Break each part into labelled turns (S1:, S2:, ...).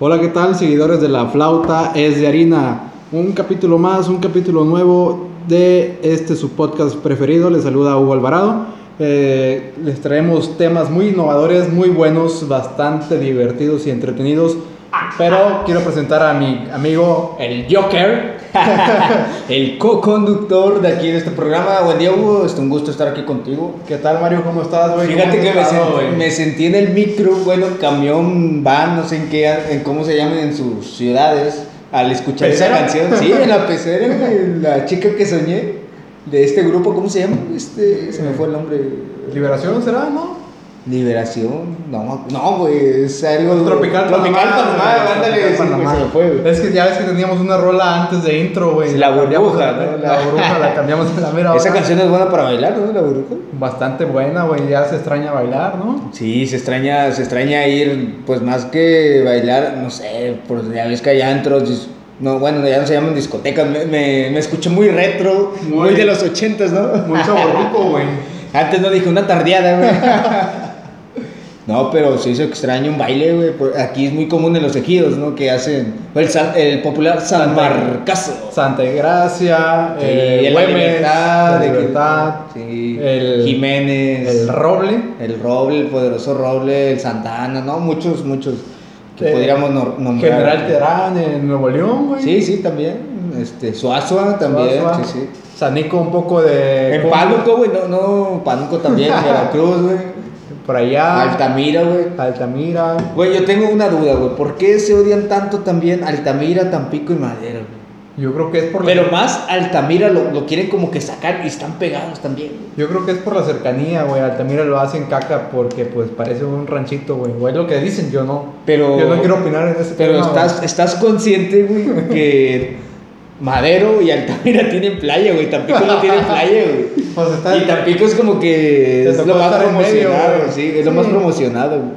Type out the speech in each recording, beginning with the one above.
S1: Hola, ¿qué tal, seguidores de La Flauta es de Harina? Un capítulo más, un capítulo nuevo de este su podcast preferido. Les saluda Hugo Alvarado. Eh, les traemos temas muy innovadores, muy buenos, bastante divertidos y entretenidos. Pero quiero presentar a mi amigo el Joker.
S2: El co-conductor de aquí de este programa. Buen día, Hugo. Es un gusto estar aquí contigo.
S1: ¿Qué tal, Mario? ¿Cómo estás, güey?
S2: Fíjate
S1: ¿Cómo
S2: que
S1: has
S2: me,
S1: estado,
S2: sent-
S1: güey?
S2: me sentí en el micro, bueno, camión, van, no sé en qué, en cómo se llaman en sus ciudades, al escuchar
S1: ¿Pecera?
S2: esa canción. Sí, en la pecera, güey, la chica que soñé de este grupo, ¿cómo se llama? Este, se me fue el nombre.
S1: ¿Liberación será, no?
S2: Liberación, no, no, güey, es algo.
S1: Tropical
S2: Tropical
S1: Panamá,
S2: Panamá,
S1: güey,
S2: ándale,
S1: Tropical
S2: sí, güey,
S1: Panamá.
S2: se me fue, güey.
S1: pues. Es que ya ves que teníamos una rola antes de intro, güey.
S2: La
S1: cambiamos
S2: burbuja,
S1: a la-
S2: ¿no?
S1: La burbuja la cambiamos a la mera
S2: Esa
S1: hora.
S2: canción es buena para bailar, ¿no? La burbuja.
S1: Bastante buena, güey. Ya se extraña bailar, ¿no?
S2: Sí, se extraña, se extraña ir, pues más que bailar, no sé, por ya ves que hay antros, dis- no, bueno, ya no se llaman discotecas, me, me, me escucho muy retro,
S1: Muy-
S2: muy, de los ochentas, ¿no?
S1: Mucho burbuco, güey.
S2: Antes no dije una tardeada, güey. No, pero sí se extraña un baile, güey. por- Aquí es muy común en los ejidos, ¿no? Que hacen o el, san- el popular San Marcaso.
S1: Santa Gracia,
S2: Sí,
S1: eh,
S2: en la
S1: Güemes,
S2: libertad,
S1: La
S2: de que-
S1: Libertad,
S2: sí,
S1: el-
S2: Jiménez,
S1: el Roble.
S2: El Roble, el poderoso Roble, el Santana, ¿no? Muchos, muchos que
S1: eh,
S2: podríamos nor- nombrar.
S1: General Terán en Nuevo León, güey.
S2: Sí, sí, también. Este, Suazua también,
S1: Suazua. Eh,
S2: sí, sí.
S1: Sanico un poco de...
S2: En Pánuco, güey, no, no, Pánuco también, Veracruz, güey.
S1: Por allá.
S2: Altamira, güey.
S1: Altamira.
S2: Güey, yo tengo una duda, güey. ¿Por qué se odian tanto también Altamira, Tampico y Madero? güey?
S1: Yo creo que es por la-
S2: Pero más Altamira lo, lo quieren como que sacar y están pegados también. güey.
S1: Yo creo que es por la cercanía, güey. Altamira lo hacen caca porque, pues, parece un ranchito, güey. O es lo que dicen, yo no.
S2: Pero-
S1: Yo no quiero opinar en ese
S2: Pero
S1: tema,
S2: estás, estás consciente, güey, que Madero y Altamira tienen playa, güey. Tampico no tienen playa, güey.
S1: güey. Pues está-
S2: Y Tampico es como que
S1: Te
S2: es
S1: tocó
S2: lo más
S1: estar en medio,
S2: promocionado,
S1: güey.
S2: sí, es lo más
S1: Sí.
S2: promocionado, güey.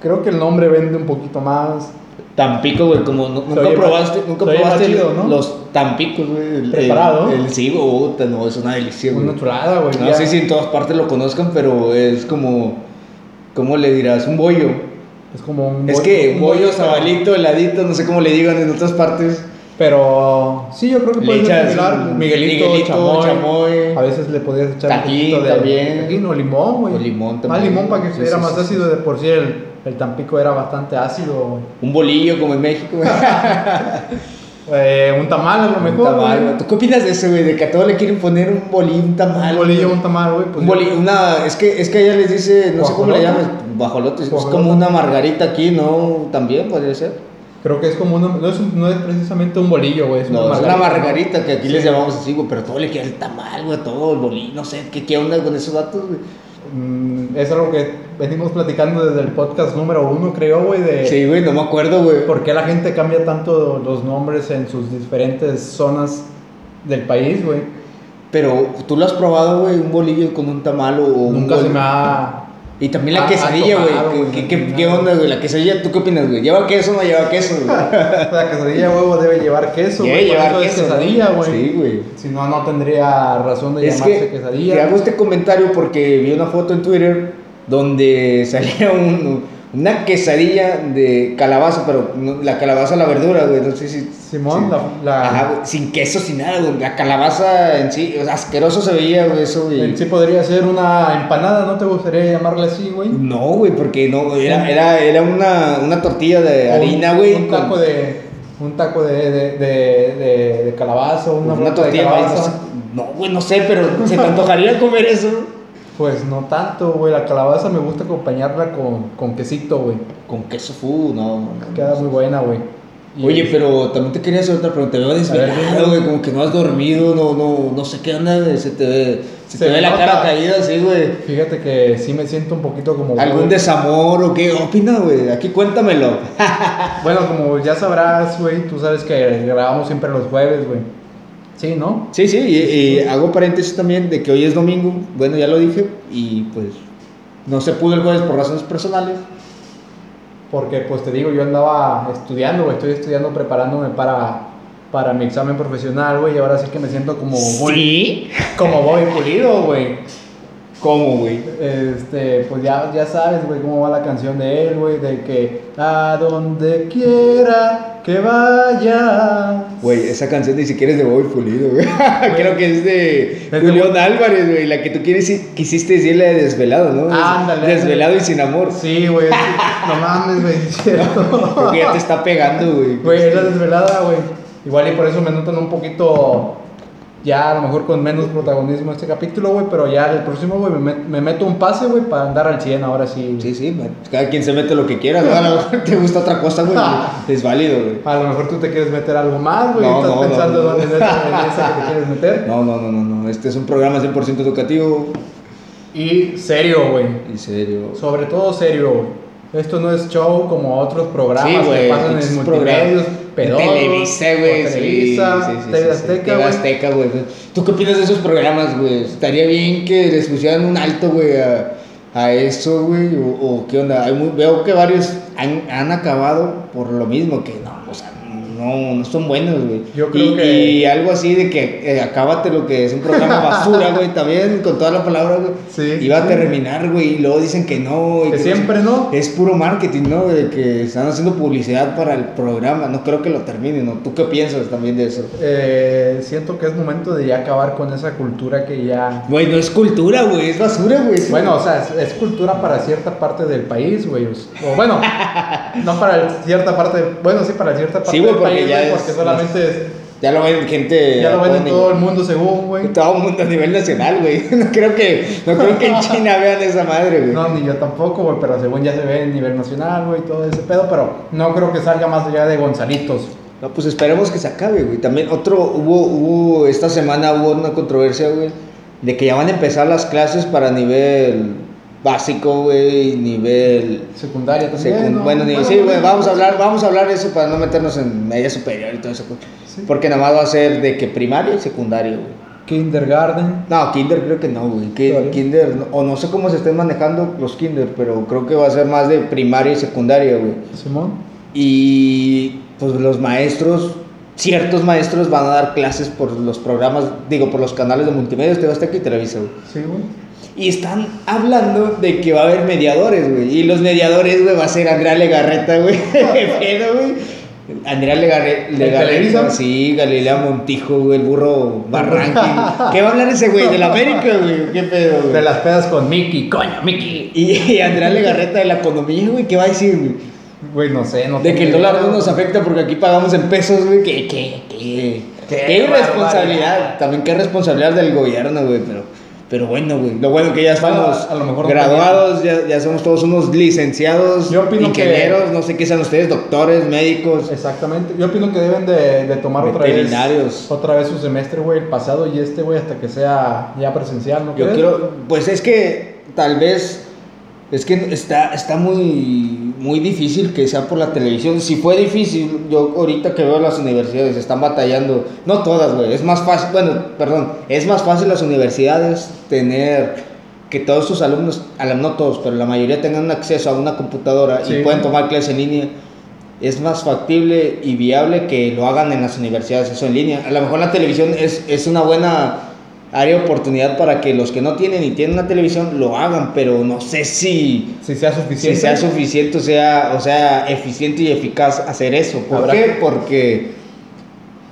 S1: Creo que el nombre vende un poquito más.
S2: Tampico, güey, como no- nunca
S1: oye más-
S2: probaste, nunca
S1: se oye más
S2: probaste
S1: chido, ¿no?
S2: los Tampicos, güey. el-
S1: Preparado.
S2: El, el sí, güey, puta, no, es una delicia, güey.
S1: Una chulada, güey.
S2: No
S1: ya.
S2: sé si en todas partes lo conozcan, pero es como, ¿cómo le dirás? Un bollo.
S1: Es como un.
S2: es
S1: bollo-
S2: que
S1: un
S2: bollo,
S1: bollo,
S2: sabalito, heladito, no sé cómo le digan en otras partes.
S1: Pero. Sí, yo creo que
S2: Le
S1: puedes
S2: echas
S1: similar.
S2: un
S1: Miguelito,
S2: Miguelito,
S1: chamoy.
S2: chamoy.
S1: A veces le podías echar
S2: Tajín también.
S1: tajín o limón, güey.
S2: O limón
S1: Más
S2: también.
S1: limón para que
S2: Sí,
S1: fuera
S2: sí,
S1: más
S2: sí,
S1: ácido. De por sí, el, el Tampico era bastante ácido, güey.
S2: Un bolillo como en México, güey.
S1: Eh, un tamal a lo
S2: Un
S1: mejor.
S2: tamal,
S1: güey.
S2: güey. ¿Tú qué opinas de eso, güey? De que a todos le quieren poner un bolillo, un tamal.
S1: Un bolillo,
S2: güey.
S1: un tamal, güey. pues
S2: Un boli- una, es que, es que ella les dice, no sé cómo le
S1: Guajolota.
S2: llamas, bajolote, es
S1: Guajolota.
S2: como una margarita aquí, ¿no? También podría ser.
S1: Creo que es como una, no es, un- no es precisamente un bolillo, güey. Es
S2: No, es
S1: una
S2: una
S1: margarita.
S2: margarita que aquí les llamamos así, güey, pero todo le queda el tamal, güey, todo el bolillo, no sé, ¿qué, qué onda con esos datos, güey?
S1: Mm, es algo que venimos platicando desde el podcast número uno, creo, güey, de
S2: Sí, güey, no me acuerdo, güey.
S1: por qué la gente cambia tanto los nombres en sus diferentes zonas del país, güey.
S2: Pero tú lo has probado, güey, un bolillo con un tamal o o un
S1: Nunca se
S2: bol-
S1: me ha...
S2: Y también
S1: ha-
S2: la
S1: ha
S2: quesadilla,
S1: tocado,
S2: güey.
S1: Ah, güey,
S2: ¿Qué,
S1: no,
S2: qué-
S1: no.
S2: qué onda, güey? La quesadilla, ¿tú qué opinas, güey? ¿Lleva queso o no lleva queso, güey?
S1: La quesadilla, huevo, debe llevar queso,
S2: Debe
S1: güey. por
S2: llevar
S1: eso es
S2: queso, ¿no?
S1: quesadilla, güey.
S2: Sí, güey.
S1: Si no, no tendría razón de
S2: Es
S1: llamarse
S2: que
S1: quesadilla.
S2: te hago este comentario porque vi una foto en Twitter donde salía un- una quesadilla de calabaza, pero no- la calabaza la verdura, güey, no sé si...
S1: Simón,
S2: si-
S1: la- la-
S2: Ajá, güey, sin queso, sin nada, güey, la calabaza en sí, o sea, asqueroso se veía, güey, eso, güey.
S1: En sí podría ser una empanada, ¿no te gustaría llamarla así, güey?
S2: No, güey, porque no, era, era, era una, una tortilla de harina, güey,
S1: Un
S2: con-
S1: taco de. Un taco de, de, de, de, de calabaza, una,
S2: Pues una,
S1: torta de
S2: tortilla de maíz, no sé-
S1: calabaza.
S2: No, güey, no sé, pero se te antojaría comer eso.
S1: Pues no tanto, güey. La calabaza me gusta acompañarla con, con quesito, güey.
S2: Con queso, fu, no, no, no.
S1: Queda muy buena, güey. Y-
S2: Oye, pero también te quería hacer otra pregunta. Te veo
S1: A ver,
S2: desvelado, güey, como que no has dormido, no, no, no sé qué onda, güey, se te ve, se
S1: Se
S2: te ve la
S1: nota.
S2: cara caída, sí, güey.
S1: Fíjate que sí me siento un poquito como.
S2: ¿Algún desamor o qué opina, güey? Aquí cuéntamelo.
S1: Bueno, como ya sabrás, güey, tú sabes que grabamos siempre los jueves, güey. Sí, ¿no?
S2: Sí, sí, y, y hago paréntesis también de que hoy es domingo, bueno, ya lo dije, y pues no se pudo el jueves por razones personales.
S1: Porque, pues te digo, yo andaba estudiando, güey. Estoy estudiando, preparándome para, para mi examen profesional, güey. Y ahora sí que me siento como. muy-
S2: ¿Sí?
S1: Como voy pulido, güey.
S2: ¿Cómo, güey?
S1: Este, pues ya, ya sabes, güey, cómo va la canción de él, güey, de que a donde quiera que vaya.
S2: Güey, esa canción ni siquiera es de Bobby Pulido, güey. Creo que es de
S1: de
S2: Julián Álvarez, güey. La que tú quieres, quisiste decirle de Desvelado, ¿no?
S1: Ándale, ándale.
S2: Desvelado y sin amor.
S1: Sí, güey, es- no mames, güey, es cierto.
S2: Porque ya te está pegando, güey.
S1: Güey, es la desvelada, güey. Igual y por eso me notan un poquito, ya a lo mejor con menos protagonismo este capítulo, güey, pero ya el próximo, güey, me, met- me meto un pase, güey, para andar al 100 ahora sí.
S2: Sí, sí, man. cada quien se mete lo que quiera. ¿no? A lo mejor te gusta otra cosa, güey. Es válido, güey.
S1: A lo mejor tú te quieres meter algo más, güey,
S2: No,
S1: estás
S2: no,
S1: pensando
S2: no.
S1: dónde es esa belleza que te quieres meter.
S2: No, no, no, no, no. Este es un programa 100% educativo.
S1: Y serio, güey.
S2: En serio.
S1: Sobre todo serio, güey. Esto no es show como otros programas
S2: Sí,
S1: que
S2: güey,
S1: pasan en
S2: pinches
S1: multimedios.
S2: programas.
S1: Pedorros,
S2: Televisa, güey.
S1: por
S2: sí,
S1: Televisa,
S2: sí, sí, sí,
S1: TV
S2: sí,
S1: Azteca,
S2: TV
S1: güey.
S2: Azteca, güey. ¿Tú qué opinas de esos programas, güey? Estaría bien que les pusieran un alto, güey, a, a eso, güey. O, o qué onda. Hay muy- veo que varios han, han acabado por lo mismo, que no, o sea, no, no son buenos, güey.
S1: Yo creo
S2: Y-
S1: que-
S2: Y algo así de que eh, acábate lo que es un programa basura, güey, también, con toda la palabra, güey.
S1: Sí,
S2: Iba a
S1: sí.
S2: terminar, güey, y luego dicen que no.
S1: Que
S2: y no sé-
S1: siempre no.
S2: es puro marketing, ¿no? De que están haciendo publicidad para el programa. No creo que lo terminen, ¿no? ¿Tú qué piensas también de eso?
S1: Eh, siento que es momento de ya acabar con esa cultura que ya.
S2: Güey, no es cultura, güey, es basura, güey.
S1: Bueno, o sea, es, es cultura para cierta parte del país, güey. O s- o bueno, no para cierta parte. Bueno, sí, para cierta parte
S2: Sí, güey,
S1: del
S2: porque
S1: país,
S2: ya
S1: güey,
S2: es-
S1: porque solamente es-
S2: ya lo ven gente.
S1: ya lo ven en
S2: pone-
S1: todo el mundo, según, güey.
S2: en todo el mundo a nivel nacional, güey. No creo que, no creo que en China vean esa madre, güey.
S1: No, ni yo tampoco, güey, pero según ya se ve a nivel nacional, güey, todo ese pedo, pero no creo que salga más allá de Gonzalitos.
S2: No, pues esperemos que se acabe, güey. También otro, hubo, hubo, esta semana hubo una controversia, güey, de que ya van a empezar las clases para nivel básico, güey, nivel
S1: Secundaria también.
S2: Secu-
S1: ¿no?
S2: bueno, ni- sí, güey, vamos a hablar, vamos a hablar de eso para no meternos en media superior y todo eso. güey.
S1: Sí.
S2: Porque nada más va a ser de que primario y secundario, güey.
S1: Kindergarten.
S2: No, kinder creo que no, güey. Ki-
S1: Claro.
S2: Kinder, no- o no sé cómo se estén manejando los kinder, pero creo que va a ser más de primaria y secundaria, güey.
S1: Simón.
S2: Y pues los maestros, ciertos maestros van a dar clases por los programas, digo, por los canales de multimedia, TV Azteca y Televisa, güey.
S1: Sí, güey.
S2: Y están hablando de que va a haber mediadores, güey. Y los mediadores, güey, va a ser Andrea Legarreta, güey. ¿Qué pedo, güey? Andrea Legarre- Legarreta.
S1: Televisa?
S2: Sí, Galilea Montijo, güey, el burro Barranqui. ¿Qué va a hablar ese güey? ¿De la América, güey? ¿Qué pedo, güey?
S1: De las pedas con Mickey, coño, Mickey.
S2: Y, y Andrea Legarreta de la economía, güey, ¿qué va a decir, güey?
S1: Güey, no sé, no
S2: De
S1: tengo
S2: que el
S1: idea,
S2: dólar no nos
S1: güey.
S2: afecta porque aquí pagamos en pesos, güey. ¿Qué, qué, qué?
S1: Qué
S2: Qué, irresponsabilidad.
S1: barbaridad.
S2: También qué responsabilidad del gobierno, güey, pero... Pero bueno, güey, lo bueno que ya estamos
S1: a lo mejor no
S2: graduados, ya, ya somos todos unos licenciados,
S1: Yo opino que-
S2: ingenieros, no sé qué sean ustedes, doctores, médicos.
S1: Exactamente. Yo opino que deben de, de tomar otra vez,
S2: Veterinarios.
S1: otra vez su semestre, güey, el pasado y este, güey, hasta que sea ya presencial, ¿no?
S2: Yo
S1: crees?
S2: quiero, pues es que tal vez, es que está, está muy, muy difícil que sea por la televisión. Si fue difícil, yo ahorita que veo las universidades, están batallando, no todas, güey, es más fácil, bueno, perdón, es más fácil las universidades tener que todos sus alumnos, a la- no todos, pero la mayoría tengan acceso a una computadora
S1: Sí.
S2: y puedan tomar clases en línea. Es más factible y viable que lo hagan en las universidades, eso en línea. A lo mejor la televisión es, es una buena área de oportunidad para que los que no tienen y tienen una televisión lo hagan, pero no sé si,
S1: Si sea
S2: si
S1: suficiente.
S2: sea suficiente, o sea, o sea, eficiente y eficaz hacer eso. ¿Por
S1: Habrá-
S2: qué? Porque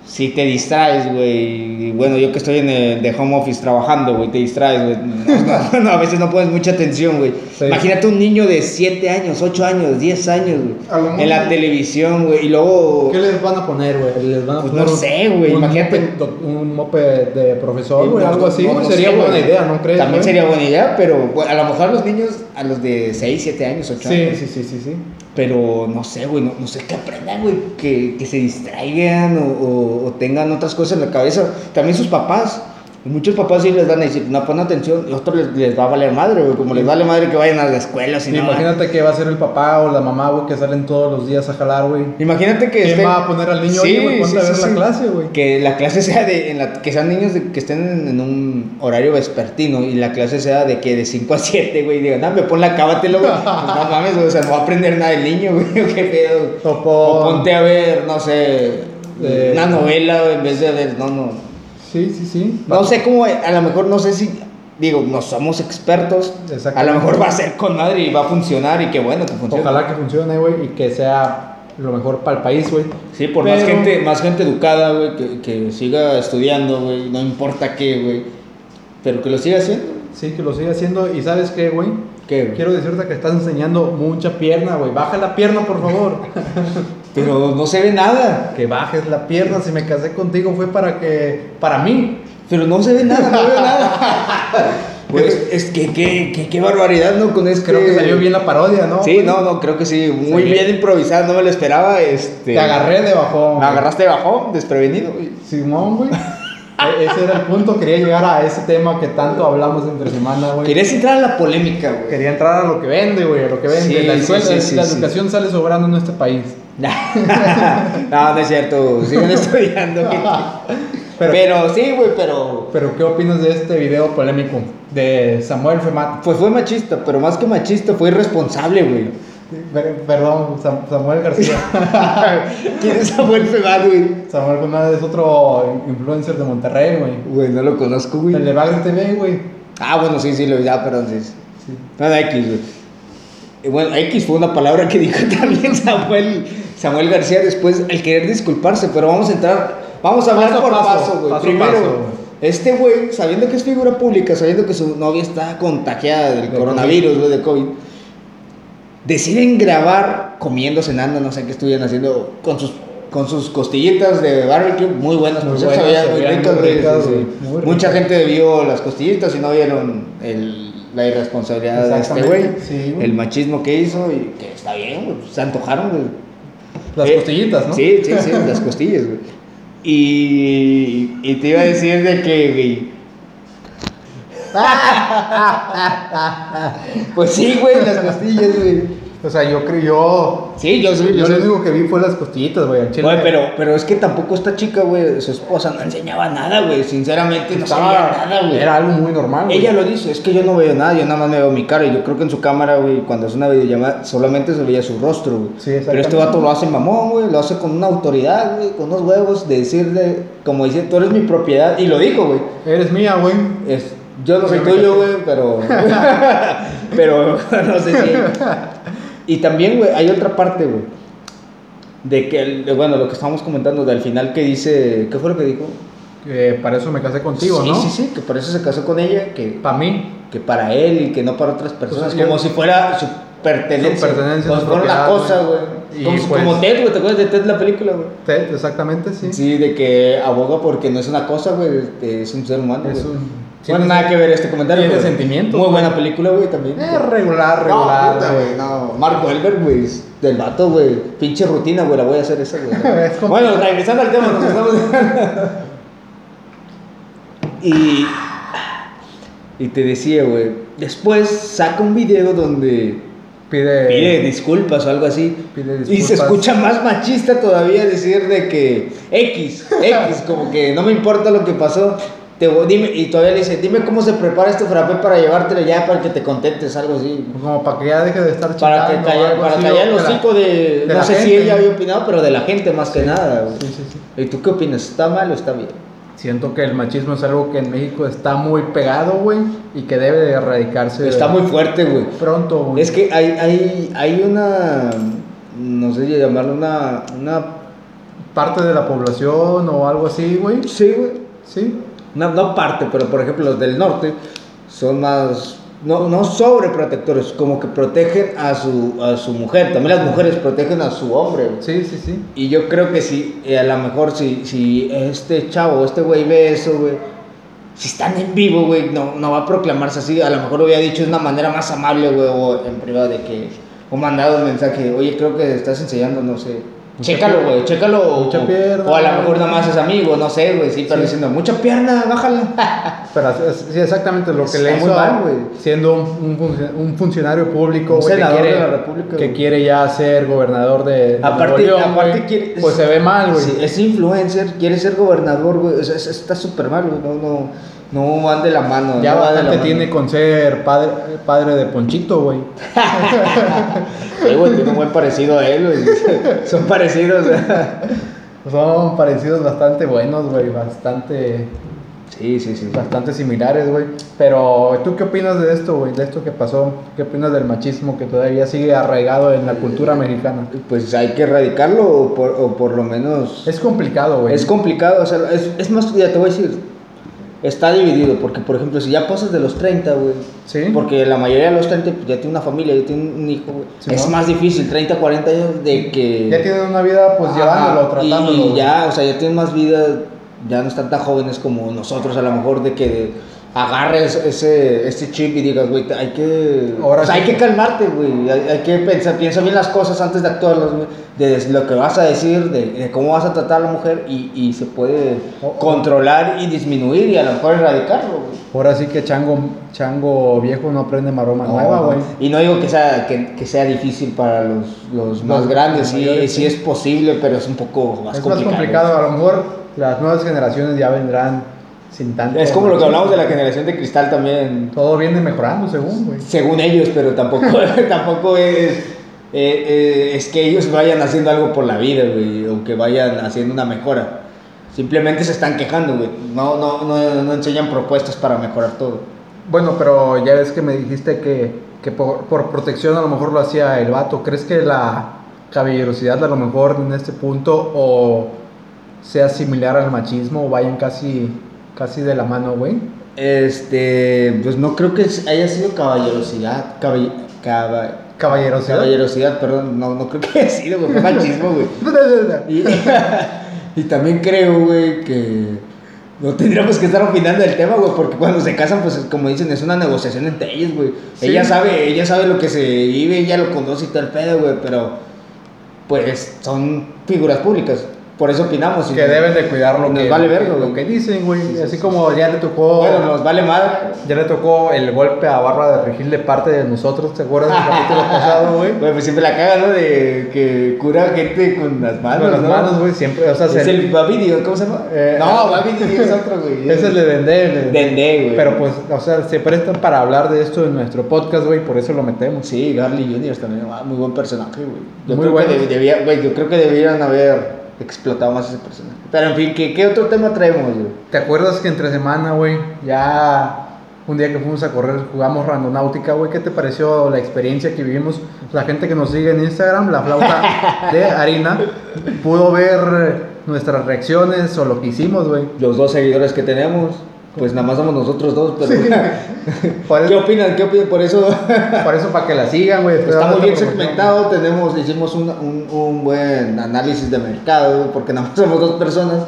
S2: si te distraes, güey, y bueno, yo que estoy en el de home office trabajando, güey, te distraes, güey, no, no, no, a veces no pones mucha atención, güey.
S1: Sí.
S2: Imagínate un niño de 7 años, 8 años, 10 años,
S1: A lo
S2: güey,
S1: mejor-
S2: en la televisión, güey, y luego...
S1: ¿Qué les van a poner, güey? ¿Les van a
S2: Pues
S1: poner
S2: no
S1: un-
S2: sé, güey,
S1: un
S2: imagínate.
S1: moped doc- Un mope de profesor,
S2: Sí,
S1: güey,
S2: no,
S1: algo
S2: no,
S1: así.
S2: no,
S1: güey,
S2: no
S1: sería
S2: sé,
S1: buena
S2: güey.
S1: idea, ¿no crees?
S2: También
S1: güey?
S2: sería buena idea, pero bueno, a lo mejor a los niños, a los de 6, 7 años, 8
S1: Sí,
S2: años.
S1: sí, sí, sí, sí.
S2: Pero no sé, güey, no, no sé qué aprendan, güey, que, que se distraigan o, o- o tengan otras cosas en la cabeza. También sus papás. Muchos papás sí les van a decir, no pon atención, y otros les, les va a valer madre, güey, como les vale madre que vayan a la escuela, si
S1: Sí,
S2: no. eh.
S1: imagínate que va a ser el papá o la mamá, güey, que salen todos los días a jalar, güey.
S2: Imagínate que
S1: ¿Quién
S2: estén-
S1: va a poner al niño?
S2: Sí,
S1: Oye, güey, ponte
S2: sí,
S1: a
S2: sí,
S1: ver la
S2: sí.
S1: clase, güey.
S2: Que la clase sea de, en la, que sean niños de- que estén en, en un horario vespertino y la clase sea de que de 5 a 7, güey, y digan, ah, me pon la cábatelo, güey. Pues no mames, güey, o sea, no va a aprender nada el niño, güey, qué pedo.
S1: O pon-
S2: O ponte a ver, no sé,
S1: Eh,
S2: una novela güey, en vez de ver, no, no.
S1: Sí, sí, sí.
S2: No sé cómo, a lo mejor no sé si digo, no somos expertos. A lo mejor va a ser con madre y va a funcionar y qué bueno que funcione.
S1: Ojalá que funcione, güey, y que sea lo mejor para el país, güey.
S2: Sí, por más
S1: Pero-
S2: gente, más gente educada, güey, que, que siga estudiando, güey, no importa qué, güey. Pero que lo siga haciendo.
S1: Sí, que lo siga haciendo. ¿Y sabes qué, güey?
S2: ¿Qué, güey?
S1: Quiero decirte que estás enseñando mucha pierna, güey. Baja la pierna, por favor.
S2: Pero no se ve nada.
S1: que bajes la pierna. Si me casé contigo fue para que... Para mí.
S2: Pero no se ve nada, no veo nada. Güey, es, es que qué, qué, qué barbaridad, ¿no? Con este...
S1: Creo que salió bien la parodia, ¿no?
S2: Sí,
S1: güey?
S2: no, no, creo que sí. Muy
S1: Sí.
S2: bien improvisada, no me lo esperaba. Este...
S1: Te agarré de bajón.
S2: Me
S1: güey.
S2: agarraste de bajón, desprevenido, güey.
S1: Simón, güey. E- Ese era el punto. Quería llegar a ese tema que tanto hablamos entre semana, güey.
S2: Querías entrar a la polémica, güey.
S1: Quería entrar a lo que vende, güey, a lo que vende.
S2: Sí,
S1: la
S2: sí,
S1: escuela-
S2: sí, sí,
S1: la
S2: sí.
S1: educación sale sobrando en este país.
S2: no, no es cierto. Siguen estudiando. gente.
S1: Pero-
S2: pero, sí, güey, pero.
S1: Pero, ¿qué opinas de este video polémico de Samuel Femat?
S2: Pues fue machista, pero más que machista, fue irresponsable, güey.
S1: Per- Perdón, Sam- Samuel García.
S2: ¿Quién es Samuel Femat, güey?
S1: Samuel Femat es otro influencer de Monterrey, güey.
S2: Güey, no lo conozco,
S1: El
S2: güey.
S1: de Bagre TV, güey.
S2: Ah, bueno, sí, sí, lo ya, perdón, sí. sí.
S1: Sí.
S2: No, no, X, güey. Eh, Bueno, X fue una palabra que dijo también Samuel, Samuel García después al querer disculparse, pero vamos a entrar, vamos a hablar
S1: Paso a
S2: por
S1: paso,
S2: paso, güey.
S1: paso a
S2: Primero,
S1: paso, güey.
S2: este güey, sabiendo que es figura pública, sabiendo que su novia está contagiada del
S1: De
S2: coronavirus, güey, de COVID, deciden grabar comiendo, cenando, no sé qué estuvieran haciendo con sus con sus costillitas de barbecue, muy buenas,
S1: Muy
S2: por cierto,
S1: buenas,
S2: sabían muy
S1: sabían muy
S2: ricas, güey, sí,
S1: ricas,
S2: sí.
S1: güey, muy
S2: Mucha
S1: ricas.
S2: gente vio las costillitas y no vieron el- la irresponsabilidad de este güey.
S1: Exactamente, sí, güey.
S2: El machismo que hizo y que está bien, güey, pues, se antojaron, güey.
S1: Las
S2: Eh,
S1: costillitas, ¿no?
S2: Sí, sí, sí, las costillas, güey. Y, y te iba a decir de que, güey. pues sí, güey, las costillas, güey.
S1: O sea, yo creo, yo.
S2: Sí, yo soy,
S1: Yo
S2: yo
S1: lo
S2: soy-
S1: único que vi fue las costillitas, güey. al chile.
S2: Oye, pero, pero es que tampoco esta chica, güey, su esposa no enseñaba nada, güey. Sinceramente, no
S1: Estaba-
S2: sabía nada, güey.
S1: Era algo muy normal, güey.
S2: Ella lo dice, es que yo no veo nada, yo nada más me veo mi cara. Y yo creo que en su cámara, güey, cuando es una videollamada, solamente se veía su rostro, güey.
S1: Sí,
S2: Pero
S1: exactamente.
S2: este vato lo hace mamón, güey, lo hace con una autoridad, güey, con unos huevos de decirle, como dice, tú eres mi propiedad. Y lo digo, güey.
S1: Eres mía, güey.
S2: Es- yo no soy
S1: Yo me
S2: tuyo,
S1: casé.
S2: güey, pero. pero no sé si. Y también, güey, hay otra parte, güey. De que, el- de, bueno, lo que estábamos comentando, del final que dice. ¿Qué fue lo que dijo?
S1: Que para eso me casé contigo,
S2: sí,
S1: ¿no?
S2: sí, sí, que por eso se casó con ella, que
S1: Para mí.
S2: que para él y que no para otras personas,
S1: Pues,
S2: como
S1: yo-
S2: si fuera su pertenencia,
S1: Su pertenencia,
S2: como
S1: su
S2: si fuera una
S1: propiedad,
S2: cosa,
S1: güey.
S2: güey.
S1: Y
S2: Como, si-
S1: pues-
S2: como Ted, güey, ¿te acuerdas de Ted la película, güey?
S1: Ted, exactamente, sí.
S2: Sí, de que aboga porque no es una cosa, güey, este, es un ser humano.
S1: Es
S2: güey.
S1: un-
S2: Bueno, nada que ver este comentario.
S1: tiene
S2: pero
S1: sentimientos,
S2: Muy buena película, güey, también. Pues,
S1: Eh, regular,
S2: no,
S1: regular,
S2: puta,
S1: güey.
S2: güey, no. Mark Wahlberg, güey, es del vato, güey. Pinche rutina, güey, la voy a hacer esa, güey.
S1: Es como-
S2: bueno, regresando al tema, nos estamos... y... Y te decía, güey, después saca un video donde
S1: Pide.
S2: pide disculpas o algo así.
S1: Pide
S2: Y se
S1: disculpas.
S2: escucha más machista todavía decir de que X, X, como que no me importa lo que pasó. Te voy- dime, y todavía le dice, dime cómo se prepara este frappé para llevártelo ya para que te contentes, algo así.
S1: Como para que ya deje de estar
S2: Para, que
S1: chingando o
S2: callar,
S1: algo
S2: para
S1: así,
S2: callar el
S1: o para-
S2: hocico de,
S1: de
S2: no
S1: la
S2: sé si
S1: gente.
S2: ella había opinado, pero de la gente más que nada. güey.
S1: Sí, sí, sí.
S2: ¿Y tú qué opinas? ¿Está mal o está bien?
S1: Siento que el machismo es algo que en México está muy pegado, güey, y que debe de erradicarse.
S2: Está muy fuerte, güey.
S1: pronto, güey.
S2: Es que hay, hay, hay una, no sé si llamarlo, una, una,
S1: parte de la población o algo así, güey.
S2: sí, güey.
S1: Sí.
S2: No, no parte, pero por ejemplo los del norte son más, no, no sobreprotectores, como que protegen a su, a su mujer, también las mujeres protegen a su hombre. güey.
S1: Sí, sí, sí.
S2: Y yo creo que si, eh, a lo mejor si, si este chavo, este güey ve eso, güey, si están en vivo, güey, no, no va a proclamarse así, a lo mejor lo hubiera dicho de una manera más amable, güey, o en privado de que, o mandado un mensaje, oye, creo que estás enseñando, no sé.
S1: Mucha
S2: Chécalo,
S1: pierna.
S2: güey, chécalo. o-
S1: Mucha pierna.
S2: O a lo mejor nada más es amigo, no sé, güey, sí, pero
S1: Sí.
S2: diciendo, mucha pierna, bájala.
S1: Pero así- así- sí, exactamente lo que
S2: Está
S1: le
S2: muy
S1: hizo a-
S2: mal, güey.
S1: siendo un, un funcio- un funcionario público,
S2: Un
S1: güey, que
S2: senador
S1: quiere,
S2: de la República,
S1: que
S2: güey.
S1: quiere ya ser gobernador de, de
S2: Aparte,
S1: Nuevo León,
S2: aparte
S1: güey,
S2: quiere-
S1: pues se ve mal, güey.
S2: Sí, es influencer, quiere ser gobernador, güey, o sea, es- está súper mal, güey, no, no, no van de la mano.
S1: ya
S2: no van de la
S1: bastante
S2: mano.
S1: tiene con ser padre, padre de Ponchito, güey.
S2: Sí, güey, tiene un buen parecido a él, güey. Son parecidos. ¿eh?
S1: Son parecidos bastante buenos, güey, bastante
S2: Sí, sí, sí.
S1: bastante similares, güey. Pero, ¿tú qué opinas de esto, güey? De esto que pasó. ¿Qué opinas del machismo que todavía sigue arraigado en la cultura mexicana?
S2: Pues hay que erradicarlo o por, o por lo menos...
S1: Es complicado, güey.
S2: Es complicado, o sea, es, es más, ya te voy a decir, está dividido, porque por ejemplo, si ya pasas de los 30, güey,
S1: Sí.
S2: porque la mayoría de los 30 pues, ya tiene una familia, ya tiene un hijo, güey,
S1: Sí,
S2: es
S1: ¿no?
S2: más difícil, 30, 40 años de que...
S1: Ya tienen una vida, pues,
S2: Ajá,
S1: llevándolo,
S2: y-
S1: tratándolo.
S2: Y
S1: güey.
S2: ya, o sea, ya tienen más vida, ya no están tan jóvenes como nosotros, a lo mejor, de que agarres ese, este chip y digas, güey, te- hay que.
S1: Ahora
S2: o sea,
S1: sí.
S2: hay que calmarte, güey. Hay, hay que pensar, piensa bien las cosas antes de actuarlas, güey. De des- lo que vas a decir, de, de cómo vas a tratar a la mujer y, y se puede
S1: O- o-
S2: controlar y disminuir y a lo mejor erradicarlo, güey.
S1: Ahora sí que chango, chango viejo no aprende maroma
S2: No,
S1: nueva,
S2: no.
S1: güey.
S2: Y no digo que sea, que, que sea difícil para los, los más
S1: Los
S2: grandes, sí,
S1: mayores,
S2: sí
S1: sí.
S2: es posible, pero es un poco más
S1: Es más
S2: complicado.
S1: complicado. A lo mejor las nuevas generaciones ya vendrán sin tanto.
S2: Es como lo que
S1: machismo.
S2: hablamos de la generación de cristal también,
S1: Todo viene mejorando, según, güey.
S2: según ellos, pero tampoco, tampoco es, eh, eh, es que ellos vayan haciendo algo por la vida, güey, o que vayan haciendo una mejora. Simplemente se están quejando, güey. No, no, no, no enseñan propuestas para mejorar todo.
S1: Bueno, pero ya ves que me dijiste que, que por, por protección a lo mejor lo hacía el vato. ¿Crees que la caballerosidad a lo mejor en este punto o sea similar al machismo o vayan casi, casi de la mano, güey?
S2: Este, pues no creo que haya sido caballerosidad, caball- caba-
S1: Caballerosidad.
S2: caballerosidad, perdón, no, no creo que haya sido, güey, fue machismo, güey. Y, y también creo, güey, que no tendríamos que estar opinando del tema, güey, porque cuando se casan, pues como dicen, es una negociación entre ellos, güey.
S1: Sí.
S2: Ella sabe, ella sabe lo que se vive, ella lo conoce y todo el pedo, güey, pero pues son figuras públicas. Por eso opinamos. y-
S1: que deben de cuidar lo
S2: Nos
S1: que,
S2: vale verga,
S1: lo
S2: güey.
S1: que dicen, güey.
S2: Sí, sí,
S1: Así
S2: sí,
S1: como ya le tocó...
S2: Bueno, nos vale madre.
S1: Ya le tocó el golpe a Bárbara de Regil de parte de nosotros, ¿te acuerdas del capítulo pasado, güey?
S2: Güey, pues siempre la caga, ¿no? De que cura gente con las manos,
S1: Con las
S2: ¿no?
S1: manos, güey, siempre, o sea,
S2: Es
S1: se-
S2: el Babi Dios, ¿cómo se llama?
S1: Eh,
S2: no, Babi Dios es otro, güey.
S1: Ese es el de vender, el de-
S2: Dende, güey.
S1: Pero pues, o sea, se prestan para hablar de esto en nuestro podcast, güey, por eso lo metemos.
S2: Sí, Garly Jr. también, ah, muy buen personaje, güey. Yo,
S1: Muy
S2: creo
S1: bueno.
S2: que deb- debía- güey, yo creo que debieran haber explotado más ese personaje. Pero en fin, ¿qué, qué otro tema traemos, güey?
S1: ¿Te acuerdas que entre semana, güey, ya un día que fuimos a correr jugamos randonáutica, güey? ¿Qué te pareció la experiencia que vivimos? La gente que nos sigue en Instagram, la flauta de harina, pudo ver nuestras reacciones o lo que hicimos, güey.
S2: Los dos seguidores que tenemos, pues nada más somos nosotros dos, pero...
S1: Por
S2: ¿Qué
S1: eso,
S2: opinan? ¿Qué opinan? Por eso
S1: por eso para que la sigan, güey. estoy
S2: está
S1: dando
S2: muy bien
S1: esta promoción.
S2: segmentado, tenemos, hicimos un, un- un buen análisis de mercado, güey, porque nada más somos dos personas.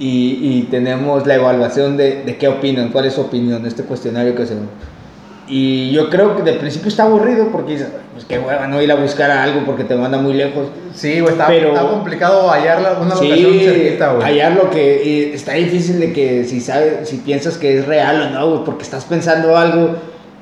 S2: Y, y tenemos la evaluación de, de qué opinan, cuál es su opinión, este cuestionario que hacemos. Y yo creo que de principio está aburrido porque dices, pues qué hueva, no ir a buscar a algo porque te manda muy lejos.
S1: Sí, güey, está,
S2: Pero-
S1: está complicado hallar la- una locación
S2: Sí,
S1: cerquita, güey.
S2: hallar lo que y está difícil de que si sabes, si piensas que es real o no, güey, porque estás pensando algo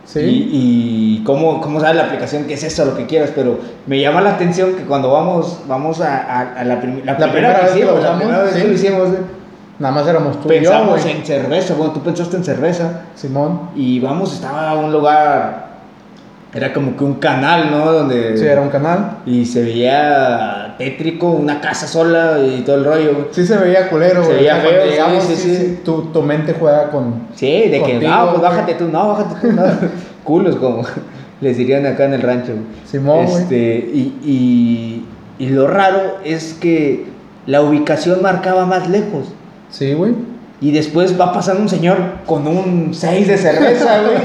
S1: Sí.
S2: y, y cómo, cómo sabe la aplicación que es eso, lo que quieras, pero me llama la atención que cuando vamos, vamos a, a- a la, prim- la
S1: La
S2: primera,
S1: primera vez
S2: que
S1: que lo
S2: hicimos, la
S1: usamos,
S2: primera vez
S1: sí.
S2: que lo hicimos, güey,
S1: Nada más éramos tú
S2: pensamos
S1: y yo, güey.
S2: en cerveza, bueno, tú pensaste en cerveza
S1: Simón.
S2: y vamos, estaba en un lugar, era como que un canal, ¿no? Donde...
S1: Sí, era un canal.
S2: Y se veía tétrico, una casa sola y todo el rollo, güey.
S1: Sí se veía culero,
S2: Se
S1: güey.
S2: veía
S1: Cuando
S2: feo, sí,
S1: llegamos,
S2: sí, sí.
S1: Tu, tu mente juega con...
S2: Sí, de que,
S1: Contigo,
S2: no, pues
S1: güey.
S2: bájate tú, no, bájate tú, no. Culos, como les dirían acá en el rancho. güey.
S1: Simón, güey.
S2: Este, y, y, y lo raro es que la ubicación marcaba más lejos.
S1: Sí, güey.
S2: Y después va pasando un señor con un 6 de cerveza, güey.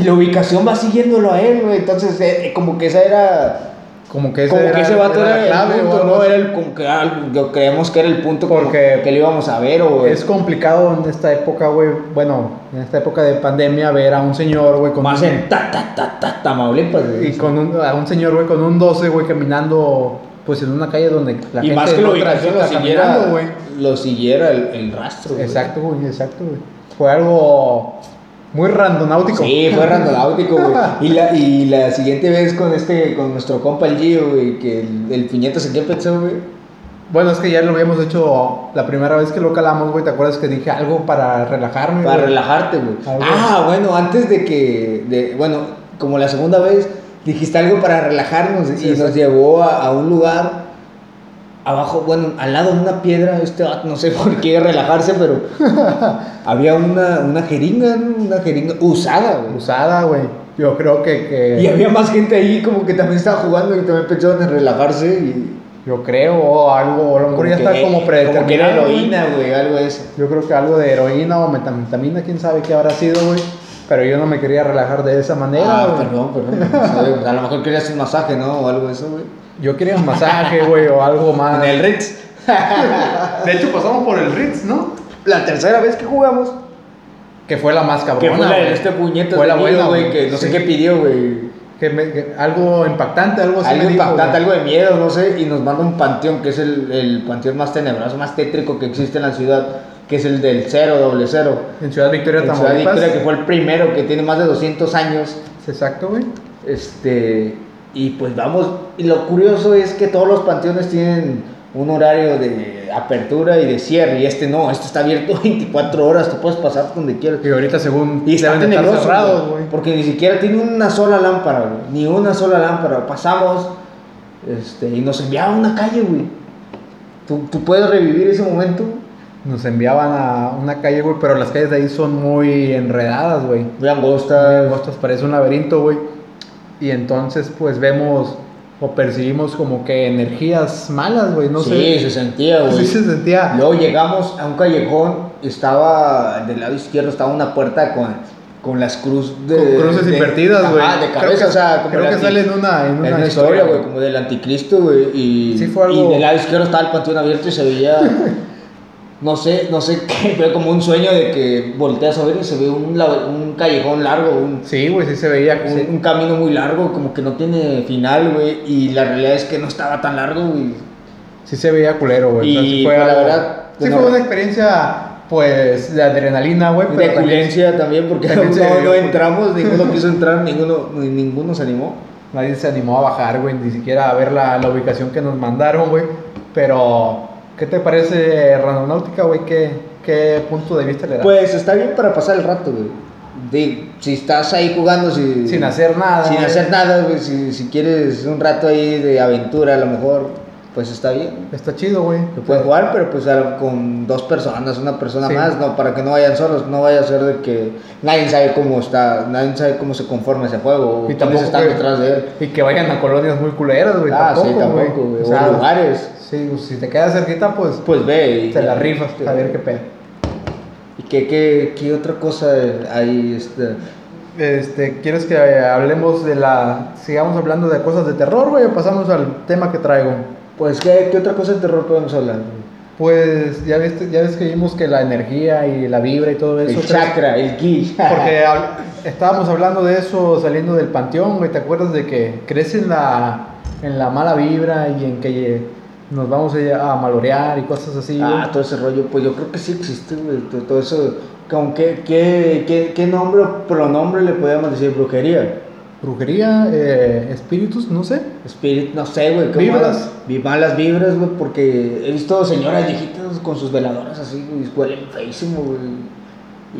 S2: y la ubicación va siguiéndolo a él, güey. Entonces, eh, como que esa era.
S1: Como que ese,
S2: como
S1: era-
S2: que ese vato
S1: era la
S2: era,
S1: clave,
S2: el punto,
S1: güey.
S2: ¿no? Era el, como que algo- yo creemos que era el punto como
S1: Porque
S2: que le íbamos a ver, o
S1: Es complicado en esta época, güey. Bueno, en esta época de pandemia ver a un señor, güey, con
S2: más
S1: un-
S2: en ta, ta, ta, ta, Tamaulipas, güey.
S1: y con un, a un señor, güey, con un 12, güey, caminando pues en una calle donde la
S2: y
S1: gente
S2: más que la
S1: no
S2: ubicación lo
S1: transita
S2: siguiera,
S1: caminando, güey.
S2: lo siguiera el, el rastro. güey.
S1: Exacto, güey, exacto, güey. Fue algo muy randonáutico.
S2: Sí, fue randonáutico, güey. Y la, y la siguiente vez con este, con nuestro compa el Gio, güey, que el, el puñeto se quedó pensó, güey.
S1: Bueno, es que ya lo habíamos hecho la primera vez que lo calamos, güey. ¿Te acuerdas que dije algo para relajarme?
S2: Para
S1: güey?
S2: relajarte, güey.
S1: Ah, güey.
S2: Ah, bueno, antes de que, de- bueno, como la segunda vez, dijiste algo para relajarnos
S1: Sí,
S2: y
S1: sí.
S2: nos llevó a, a un lugar abajo, bueno, al lado de una piedra, este vato, no sé por qué relajarse, pero había una, una jeringa, ¿no? una jeringa usada, güey.
S1: Usada, güey. Yo creo que. que-
S2: Y había más gente ahí como que también estaba jugando y también pensaban en relajarse y...
S1: Yo creo, o algo, o a lo mejor ya
S2: que-
S1: está como
S2: Como que era
S1: predeterminado. güey.
S2: heroína, güey, algo de eso.
S1: Yo creo que algo de heroína o metanfetamina, quién sabe qué habrá sido, güey. Pero yo no me quería relajar de esa manera,
S2: Ah,
S1: güey.
S2: perdón, perdón. no sabía. A lo mejor querías un masaje, ¿no? O algo de eso, güey.
S1: Yo quería un masaje, güey, o algo más.
S2: En el Ritz.
S3: De hecho, pasamos por el Ritz, ¿no?
S2: La tercera vez que jugamos.
S1: Que fue la más
S2: Que
S1: cabrona,
S2: fue la de
S1: güey.
S2: este puñeto
S1: Fue
S2: de
S1: la buena,
S2: niño, güey,
S1: güey.
S2: que no sé
S1: Sí.
S2: qué pidió, güey.
S1: Que me- que- algo impactante, algo así.
S2: Algo
S1: me dijo,
S2: impactante,
S1: güey.
S2: algo de miedo, no sé, y nos manda un panteón, que es el, el panteón más tenebroso, más tétrico que existe en la ciudad, que es el del cero, doble cero.
S1: En Ciudad Victoria,
S2: En Ciudad
S1: Tamaulipas.
S2: Victoria, que fue el primero, que tiene más de 200 años,
S1: Exacto, güey.
S2: este, y pues vamos, y lo curioso es que todos los panteones tienen un horario de apertura y de cierre, y este no, este está abierto 24 horas, tú puedes pasar donde quieras.
S1: Y ahorita según
S2: Y está
S1: deben de estar
S2: tenebroso,
S1: cerrados,
S2: güey,
S1: güey.
S2: Porque ni siquiera tiene una sola lámpara, güey, Ni una sola lámpara. Pasamos este, y nos enviaba a una calle, güey. ¿Tú, tú puedes revivir ese momento.
S1: Nos enviaban a una calle, güey, pero las calles de ahí son muy enredadas, güey.
S2: Muy angosta.
S1: Costas parece un laberinto, güey. Y entonces, pues vemos o percibimos como que energías malas, güey. No
S2: sí,
S1: sé.
S2: se sentía, güey.
S1: Así se sentía.
S2: Luego llegamos a un callejón. Estaba del lado izquierdo, estaba una puerta con, con las cruz de,
S1: con cruces
S2: eh, de-
S1: invertidas, güey.
S2: Ajá, de
S1: Creo
S2: cabeza,
S1: que-
S2: o sea, como
S1: creo
S2: la
S1: que
S2: anti-
S1: sale en una, en
S2: Es
S1: una
S2: una historia, güey, como del anticristo, güey. Y,
S1: Sí, fue algo-
S2: y del lado izquierdo estaba el panteón abierto y se veía. no sé, no sé qué, pero como un sueño de que volteas a ver y se ve un, lab- un callejón largo, un,
S1: Sí, güey, sí se veía.
S2: un,
S1: como
S2: un camino muy largo, como que no tiene final, güey. Y la realidad es que no estaba tan largo, güey.
S1: Sí se veía culero, güey.
S2: Y,
S1: O sea, sí
S2: pues, la
S1: algo-
S2: verdad,
S1: Sí
S2: no-
S1: fue una experiencia, pues, de adrenalina, güey.
S2: De
S1: pero también-
S2: culencia también, porque
S1: también se
S2: no, no
S1: vio-
S2: entramos, ninguno quiso entrar, ninguno, ni- ninguno se animó.
S1: Nadie se animó a bajar, güey, ni siquiera a ver la, la ubicación que nos mandaron, güey. Pero, ¿qué te parece Ranonáutica, güey? ¿Qué, ¿Qué punto de vista le das?
S2: Pues está bien para pasar el rato, güey. De- si estás ahí jugando, si,
S1: sin hacer nada.
S2: Sin
S1: güey.
S2: hacer nada, güey, si, si quieres un rato ahí de aventura, a lo mejor, pues está bien.
S1: Está chido, güey.
S2: Lo puedes jugar, pero pues a- con dos personas, una persona
S1: Sí.
S2: más, no, para que no vayan solos, no vaya a ser de que nadie sabe cómo está, nadie sabe cómo se conforma ese juego, o
S1: Y
S2: quiénes
S1: tampoco,
S2: están
S1: güey.
S2: detrás de él.
S1: Y que vayan a colonias muy culeras, güey.
S2: ah,
S1: tampoco,
S2: sí, tampoco, güey,
S1: O
S2: o
S1: sea,
S2: lugares,
S1: Sí, pues, si te quedas cerquita, pues,
S2: pues ve. y- este,
S1: te la rifas, a ver qué pedo.
S2: ¿Y qué, qué, qué otra cosa hay? Este,
S1: Este, ¿quieres que hablemos de la... sigamos hablando de cosas de terror, güey, o pasamos al tema que traigo?
S2: pues, ¿qué, ¿qué otra cosa de terror podemos hablar? güey?
S1: Pues, ya ves, ya ves que vimos que la energía y la vibra y todo eso...
S2: El
S1: ¿crees-
S2: chakra, el ki.
S1: Porque hab- estábamos hablando de eso saliendo del panteón, güey. ¿Te acuerdas de que crees en la, en la mala vibra y en que eh, nos vamos a, ir a malorear y cosas así? güey?
S2: Ah, todo ese rollo, pues yo creo que sí existe, güey, to- todo eso, ¿con qué, qué, qué, qué nombre o pronombre le podríamos decir brujería?
S1: Brujería, eh, espíritus, no sé.
S2: Spirit, no sé, güey, ¿cómo
S1: Vibras.
S2: Vi malas vibras, güey, porque he visto señoras viejitas con sus veladoras así, güey, huelen feísimo, güey,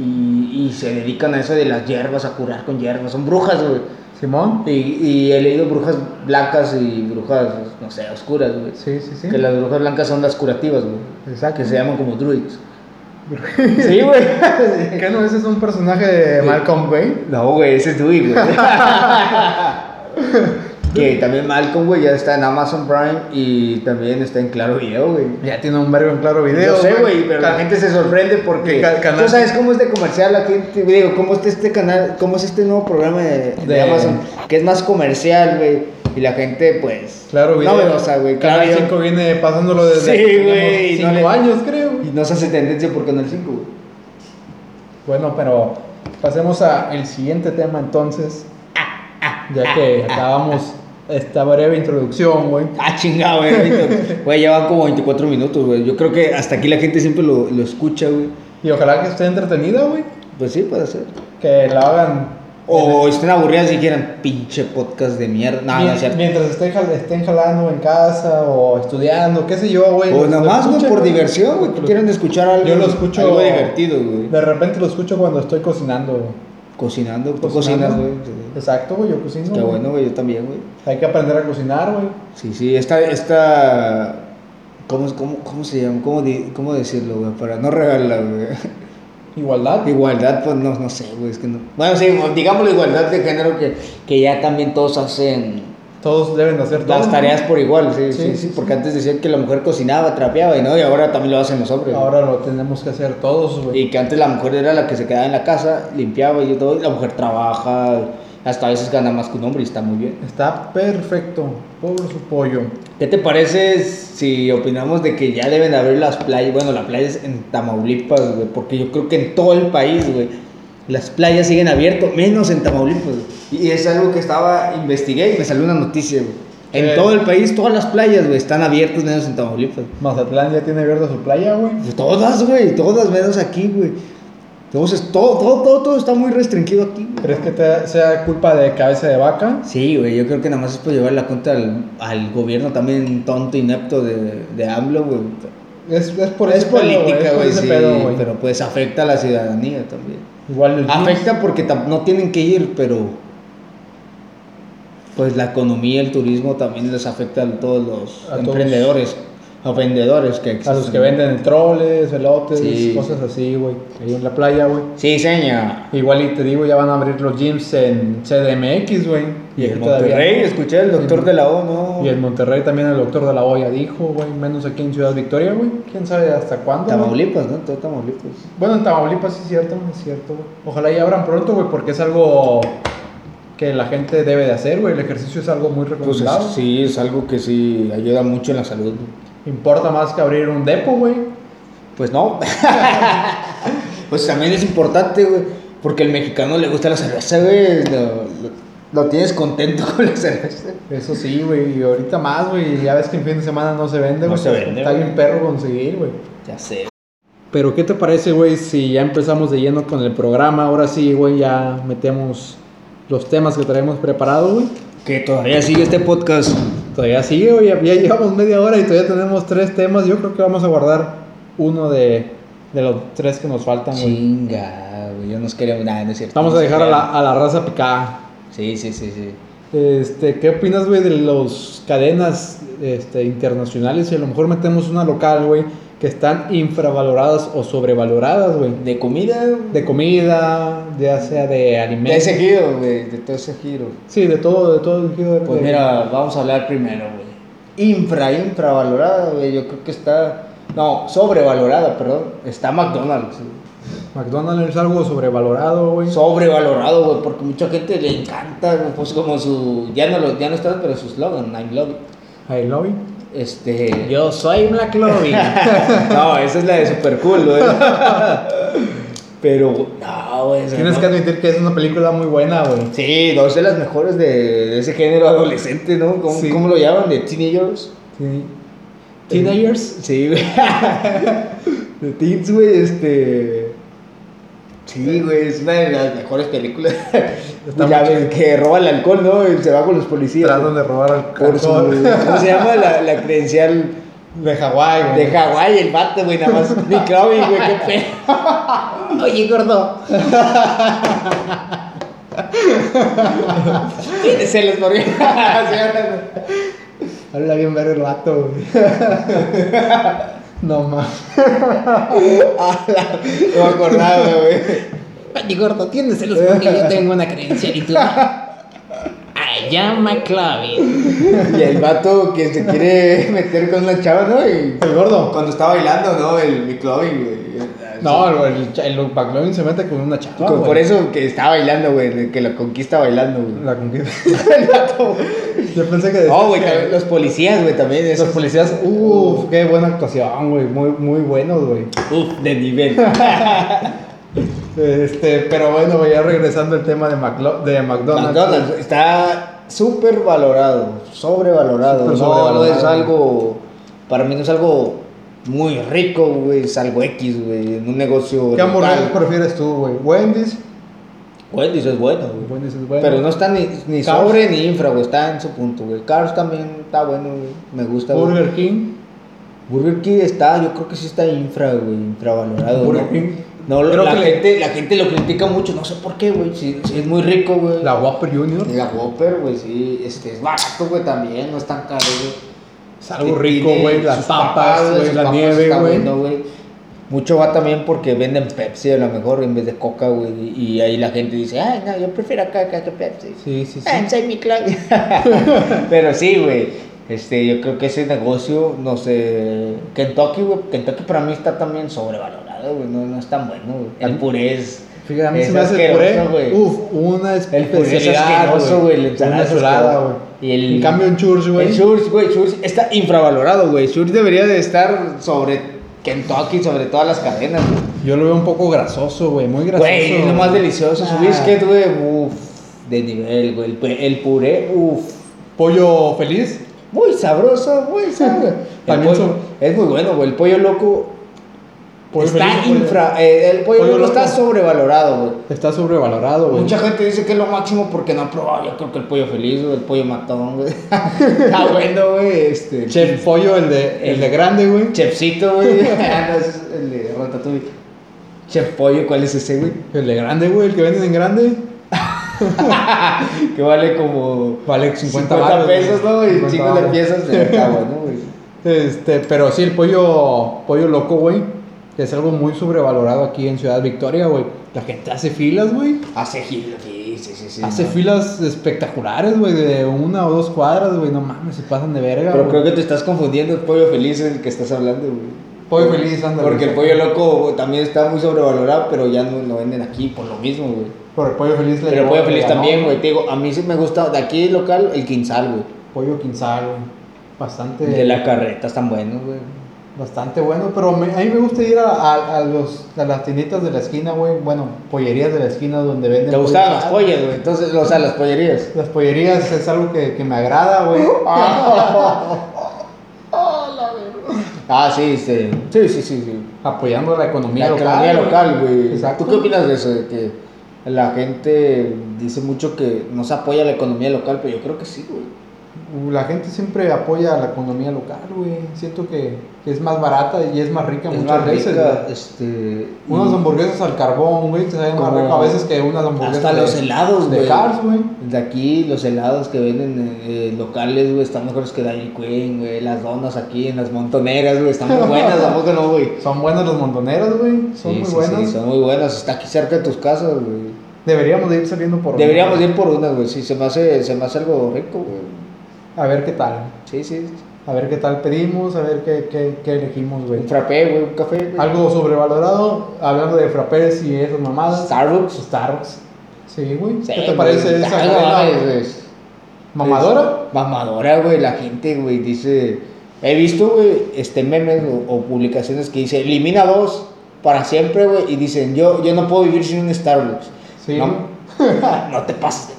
S2: y, y se dedican a eso de las hierbas, a curar con hierbas, son brujas, güey,
S1: Simón.
S2: y, y he leído brujas blancas y brujas, no sé, oscuras, güey,
S1: Sí, sí, sí.
S2: que las brujas blancas son las curativas, güey,
S1: Exacto.
S2: que se llaman como druids. sí, güey.
S1: ¿Qué no? Ese es un personaje de
S2: Sí.
S1: Malcolm Bay.
S2: No, güey, ese es Dewey, güey. que también Malcolm, güey, ya está en Amazon Prime y también está en Claro Video, güey.
S1: Ya tiene un verbo en claro video.
S2: Yo sé, güey, pero la
S1: Ca-
S2: gente se sorprende porque...
S1: Ca- canal-
S2: ¿Tú sabes cómo es de comercial la gente? Digo, ¿cómo es este canal? ¿Cómo es este nuevo programa de, de
S1: De-
S2: Amazon? Que es más comercial, güey. Y la gente, pues...
S1: Claro, video.
S2: Novedosa, güey. Claro,
S1: Canal
S2: Video.
S1: 5 viene pasándolo desde
S2: Sí,
S1: que teníamos
S2: güey, y no
S1: cinco
S2: le-
S1: años, creo.
S2: Y no se hace tendencia por Canal 5, güey.
S1: Bueno, pero pasemos al siguiente tema entonces. Ya que acabamos esta breve introducción, güey.
S2: Ah, chingado, güey. Víctor. Güey, ya van como 24 minutos, güey. Yo creo que hasta aquí la gente siempre lo, lo escucha, güey.
S1: Y ojalá que esté entretenida, güey.
S2: Pues sí, puede ser.
S1: Que la hagan
S2: O estén aburridas y quieran pinche podcast de mierda. No, no
S1: mien-
S2: es cierto.
S1: mientras estén, jal- estén jalando en casa o estudiando, qué sé yo, güey.
S2: O
S1: Lo-
S2: nada
S1: lo
S2: más, güey,
S1: escuchen,
S2: por diversión, güey. Que quieran escuchar algo.
S1: Yo lo escucho-
S2: Algo divertido, güey.
S1: De repente lo escucho cuando estoy cocinando, güey.
S2: Cocinando. Tú
S1: Cocinando.
S2: cocinas, güey.
S1: Exacto, güey, yo cocino.
S2: Qué
S1: güey.
S2: bueno, güey. Yo también, güey.
S1: Hay que aprender a cocinar, güey.
S2: Sí, sí. Esta, esta ¿Cómo, cómo, cómo se llama? ¿Cómo, di- cómo decirlo, güey? Para no regalar, güey.
S1: Igualdad.
S2: Igualdad, pues no, no sé, güey, es que no. Bueno, sí, digamos la igualdad de género que, que ya también todos hacen
S4: Todos deben de hacer todo,
S2: las
S4: ¿no?
S2: tareas por igual, sí, sí,
S4: Sí,
S2: sí,
S4: sí,
S2: porque antes decían que la mujer cocinaba, trapeaba y no, y ahora también lo hacen los hombres. güey.
S4: Ahora lo tenemos que hacer todos, güey.
S2: Y que antes la mujer era la que se quedaba en la casa, limpiaba y todo, y la mujer trabaja, hasta a veces gana más que un hombre y está muy bien.
S4: Está perfecto. Por su pollo.
S2: ¿Qué te parece si opinamos de que ya deben abrir las playas? Bueno, la playa es en Tamaulipas, güey, porque yo creo que en todo el país, güey, las playas siguen abiertas, menos en Tamaulipas. güey. Y es algo que estaba, investigué y me salió una noticia, güey. En
S4: Eh.
S2: todo el país, todas las playas, güey, están abiertas, menos en Tamaulipas.
S4: Mazatlán ya tiene abierta su playa, güey.
S2: Pues Todas, güey, todas menos aquí, güey. Entonces, todo, todo, todo, todo está muy restringido aquí, güey.
S4: ¿Crees que te- sea culpa de cabeza de vaca?
S2: Sí, güey, yo creo que nada más es por llevar la cuenta al, al gobierno también tonto, inepto de, de AMLO, güey.
S4: Es, es por
S2: es
S4: ese pedo,
S2: política,
S4: es por
S2: güey,
S4: ese
S2: sí,
S4: pedo, güey.
S2: pero pues afecta a la ciudadanía también.
S4: Igual el
S2: Afecta porque tam- no tienen que ir, pero pues la economía, el turismo también les afecta a todos los
S4: A todos.
S2: emprendedores, a vendedores que
S4: A los
S2: existen.
S4: que venden troles, elotes,
S2: Sí.
S4: cosas así, güey. Ahí en la playa, güey.
S2: Sí, señor.
S4: Igual y te digo, ya van a abrir los gyms en CDMX, güey.
S2: Y en
S4: aquí todavía
S2: Monterrey,
S4: no.
S2: escuché el doctor
S4: Y-
S2: de la O, ¿no?
S4: Y en Monterrey también el doctor de la olla dijo, güey. Menos aquí en Ciudad Victoria, güey. ¿Quién sabe hasta cuándo? güey?
S2: Tamaulipas, ¿no? Todo Tamaulipas.
S4: Bueno, en Tamaulipas sí es cierto, es cierto, güey. Ojalá y abran pronto, güey, porque es algo que la gente debe de hacer, güey. El ejercicio es algo muy
S2: Pues
S4: recomendado.
S2: sí, es algo que sí ayuda mucho en la salud.
S4: Importa más que abrir un depo, güey.
S2: Pues no. pues también es importante, güey. Porque al mexicano le gusta la cerveza, güey. Lo, lo- lo tienes contento con la cerveza.
S4: Eso sí, güey. Y ahorita más, güey. Ya ves que en fin de semana no se vende,
S2: No
S4: güey.
S2: se vende,
S4: Está
S2: güey.
S4: bien perro conseguir, güey.
S2: Ya sé.
S1: Pero ¿qué te parece, güey, si ya empezamos de lleno con el programa? Ahora sí, güey, ya metemos los temas que traemos preparados, güey.
S2: Que todavía sigue este podcast.
S1: Todavía sigue, güey, ya, ya llevamos media hora y todavía tenemos tres temas. Yo creo que vamos a guardar uno de, de los tres que nos faltan, güey.
S2: Chinga, güey. Yo no quería nada, no es cierto.
S1: Vamos a
S2: No
S1: dejar a
S2: quería.
S1: la, a la raza picada.
S2: Sí, sí, sí, sí.
S1: Este, ¿Qué opinas, güey, de las cadenas este, internacionales? Y a lo mejor metemos una local, güey, que están infravaloradas o sobrevaloradas, güey.
S2: De comida.
S1: De comida, ya sea de alimentos.
S2: De ese giro, güey. De todo ese giro.
S1: Sí, de todo, de todo. de-
S2: Pues mira, vamos a hablar primero, güey. Infra, infravalorada, güey. Yo creo que está. No, sobrevalorada, perdón. Está McDonald's. güey.
S1: McDonald's es algo sobrevalorado, güey.
S2: Sobrevalorado, güey, porque mucha gente le encanta, güey, pues como su. Ya no, lo, ya no está, pero su slogan, I'm Love. It.
S1: I love you.
S2: Este.
S1: Yo soy Black Lobby.
S2: no, esa es la de Super Cool, güey. pero, no, güey. o sea,
S4: Tienes
S2: no.
S4: que admitir que es una película muy buena, güey.
S2: Sí, dos de las mejores de, de ese género adolescente, ¿no? ¿Cómo,
S1: Sí.
S2: cómo lo llaman? ¿De teenagers?
S1: Sí. Teenagers.
S2: Sí, güey. De teens, güey, este. Sí, güey, es una de las mejores películas.
S4: Está
S2: ya
S4: muy
S2: ves que roba el alcohol, ¿no? Y se va con los policías.
S4: Tratan de robar al
S2: eh. por su,
S4: alcohol.
S2: ¿Cómo se llama la, la credencial
S4: De Hawái, güey.
S2: de Hawái? El vato, güey, nada más. Nick Robin, güey, qué pedo. Oye, gordo. Tiene celos por mí.
S4: Habla bien ver el vato, güey. no más.
S2: No me acordaba, güey.
S5: Oye, gordo, tiéndeselos porque yo tengo una credencial y tú no. Allá McLovin.
S2: Y el vato que se quiere meter con una chava, ¿no? Y
S4: El gordo.
S2: cuando está bailando, ¿no? El Nick Robin, güey.
S4: No, el, el, cha- el McLovin se mete con una chava.
S2: Con-
S4: güey.
S2: por eso que está bailando, güey, que lo conquista bailando, güey.
S4: La conquista. Yo pensé que.
S2: No, güey,
S4: que
S2: también los policías, güey, también.
S4: Los
S2: esos-
S4: policías, uff, qué buena actuación, güey. Muy, muy buenos, güey.
S2: Uf, de nivel.
S4: Este, pero bueno, güey, ya regresando al tema de, Maclo- de McDonald's.
S2: McDonald's está súper valorado, sobrevalorado.
S4: Súper
S2: no,
S4: sobrevalorado.
S2: no es algo, para mí no es algo muy rico, güey, es algo X, güey, en un negocio.
S4: ¿Qué hamburguesas
S2: local.
S4: prefieres tú, güey? ¿Wendy's?
S2: Wendy's es bueno, güey.
S4: Wendy's es bueno.
S2: Pero no está ni, ni
S4: Cars.
S2: sobre ni infra, güey, está en su punto, güey. Cars también está bueno, güey, me gusta, güey.
S4: Burger King.
S2: Burger King está, yo creo que sí está infra, güey, infravalorado.
S4: Burger
S2: ¿no?
S4: King.
S2: No, lo-
S4: Creo
S2: la,
S4: que le-
S2: gente, la gente lo critica mucho, no sé por qué, güey, si, si es muy rico, güey.
S4: La Whopper Junior.
S2: La Whopper, güey, sí, este, es barato, güey, también, no es tan caro, güey.
S1: Es algo
S2: que
S1: rico,
S2: tiene
S1: güey. Las
S2: sus
S1: papas, güey.
S2: sus
S1: La
S2: papas
S1: nieve,
S2: está
S1: güey.
S2: bueno, güey. Mucho va también porque venden Pepsi a lo mejor en vez de Coca, güey. Y ahí la gente dice, ay, no, yo prefiero Coca que Pepsi.
S1: Sí, sí, sí.
S2: Ah, soy mi Claudio. Pero sí, güey. Este, yo creo que ese negocio, no sé. Kentucky, güey. Kentucky para mí está también sobrevalorado, güey. No, no es tan bueno, güey. El puré es.
S1: Fíjate, a mí
S2: es
S1: se me hace el
S2: asqueroso,
S1: puré.
S2: güey.
S1: Uf, una
S2: El puré es
S1: especialidad,
S2: asqueroso, güey. La ensalada
S1: Una
S2: es
S1: chulada,
S2: asquerosa.
S1: güey.
S2: Y el-
S1: En cambio, un church, güey.
S2: El Shurs, güey, Shurs está infravalorado, güey. Shurs debería de estar sobre Kentucky, sobre todas las cadenas, güey.
S1: Yo lo veo un poco grasoso, güey. Muy grasoso.
S2: Güey, es lo más delicioso. Su
S1: Ah.
S2: biscuit, güey, uff, de nivel, güey. El, pu- el puré, uff.
S1: Pollo feliz.
S2: Muy sabroso, muy sabroso. El
S1: También
S2: pollo-
S1: son-
S2: es muy bueno, güey. El pollo loco
S1: Pollo
S2: está
S1: feliz, güey.
S2: infra... eh, el pollo,
S1: Pollo
S2: loco, está
S1: loco.
S2: sobrevalorado, güey.
S1: Está sobrevalorado, güey.
S2: Mucha gente dice que es lo máximo porque no ha probado. Yo creo que el pollo feliz, güey, el pollo matón, güey. está bueno, güey. Este,
S1: Chef Pollo, el de, el de grande, güey.
S2: Chefcito, güey. Ah, no, ese es el de Ratatouille. Chef Pollo, ¿cuál es ese, güey?
S1: El de grande, güey. El que venden en grande.
S2: Que vale como
S1: Vale
S2: 50,
S1: 50, baros, güey.
S2: pesos, ¿no? Y
S1: 50
S2: chicos de
S1: baros.
S2: piezas de cabo, ¿no, güey?
S1: Este, pero sí, el pollo, pollo loco, güey. que Es algo muy sobrevalorado aquí en Ciudad Victoria, güey. La gente hace filas, güey.
S2: Hace gil, sí, sí, sí. sí,
S1: hace
S2: ¿no?
S1: filas espectaculares, güey, de una o dos cuadras, güey. No mames, se pasan de verga,
S2: Pero creo
S1: güey.
S2: que te estás confundiendo el pollo feliz el que estás hablando, güey.
S1: Pollo feliz, ándale.
S2: Porque el pollo loco güey, también está muy sobrevalorado, pero ya no lo venden aquí por lo mismo, güey.
S1: Por el pollo feliz le
S2: Pero el
S1: llegó,
S2: pollo
S1: le
S2: feliz
S1: ganó.
S2: también, güey. Te digo, a mí sí me gusta, de aquí local, el quinzal, güey.
S1: Pollo quinzal, güey. Bastante,
S2: De la carreta, están buenos, güey.
S1: bastante bueno. Pero me- a mí me gusta ir a, a- a los, a las tienditas de la esquina, güey. Bueno, pollerías de la esquina donde venden.
S2: Te
S1: pollo
S2: gustaban las
S1: asado.
S2: pollas, güey. Entonces, o sea, las pollerías.
S1: Las pollerías es algo que, que me agrada, güey.
S2: Ah, sí, sí. Sí, sí, sí. sí.
S1: Apoyando la economía
S2: La
S1: local.
S2: economía local, güey.
S1: Exacto.
S2: ¿Tú qué opinas de eso? De que la gente dice mucho que no se apoya la economía local, pero yo creo que sí, güey.
S1: Uh, La gente siempre apoya a la economía local, güey. Siento que, que es más barata y es más rica
S2: Es
S1: muchas
S2: más
S1: veces.
S2: rica,
S1: güey.
S2: este.
S1: Unas
S2: y
S1: hamburguesas al carbón, güey, te saben más
S2: Como-
S1: rico a veces que unas hamburguesas
S2: Hasta
S1: de,
S2: los helados,
S1: de
S2: güey.
S1: Cars, güey.
S2: De aquí, los helados que venden eh, eh, locales, güey, están mejores que Dairy Queen, güey. Las donas aquí en las montoneras, güey, están muy buenas, tampoco no, güey.
S1: Son buenas las montoneras, güey. Son
S2: Sí,
S1: muy
S2: sí,
S1: buenas.
S2: sí, son muy buenas. Está aquí cerca de tus casas, güey.
S1: Deberíamos de ir saliendo por
S2: Deberíamos ir por unas, güey. Sí, se me hace, se me hace algo rico, güey.
S1: A ver qué tal.
S2: Sí, sí.
S1: A ver qué tal pedimos, a ver qué, qué, qué elegimos, güey.
S2: Un frappé, güey, un café, güey.
S1: Algo sobrevalorado, hablando de frappés y esas mamadas.
S2: Starbucks.
S1: Starbucks. Sí, güey.
S2: Sí,
S1: ¿Qué te
S2: güey,
S1: parece
S2: está-
S1: esa
S2: no
S1: cadena,
S2: mames,
S1: güey?
S2: güey.
S1: ¿Mamadora?
S2: Es- Mamadora, güey. La gente, güey, dice. He visto, güey, este memes o, o publicaciones que dice elimina dos para siempre, güey. Y dicen, yo, yo no puedo vivir sin un Starbucks.
S1: Sí.
S2: No, no te pases.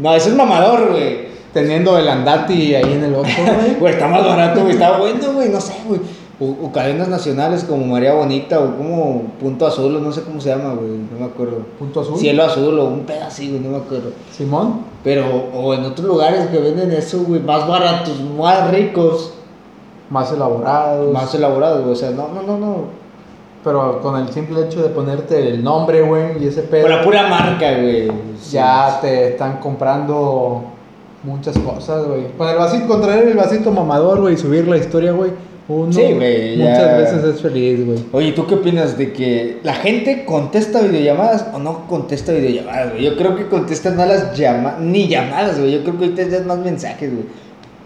S2: No, ese es mamador, güey.
S1: Teniendo el andati ahí en el otro, güey.
S2: Güey, está más barato, güey. Está bueno, güey. No sé, güey. O, o cadenas nacionales como María Bonita o como Punto Azul, o no sé cómo se llama, güey. No me acuerdo.
S1: Punto azul.
S2: Cielo Azul o un pedacito, güey, no me acuerdo.
S1: Simón.
S2: Pero, o en otros lugares que venden eso, güey, más baratos, más ricos,
S1: Más elaborados.
S2: más elaborados, güey. O sea, no, no, no, no.
S1: Pero con el simple hecho de ponerte el nombre, güey, y ese pedo,
S2: Por la pura marca, güey. Sí.
S1: ya te están comprando muchas cosas, güey. Con el vasito, con traer el vasito mamador, güey, y subir la historia, güey, uno
S2: Sí, güey,
S1: muchas
S2: ya.
S1: veces es feliz, güey.
S2: Oye, ¿tú qué opinas de que la gente contesta videollamadas o no contesta videollamadas, güey? Yo creo que contestan más las llamadas, ni llamadas, güey. Yo creo que ahorita ya es más mensajes, güey.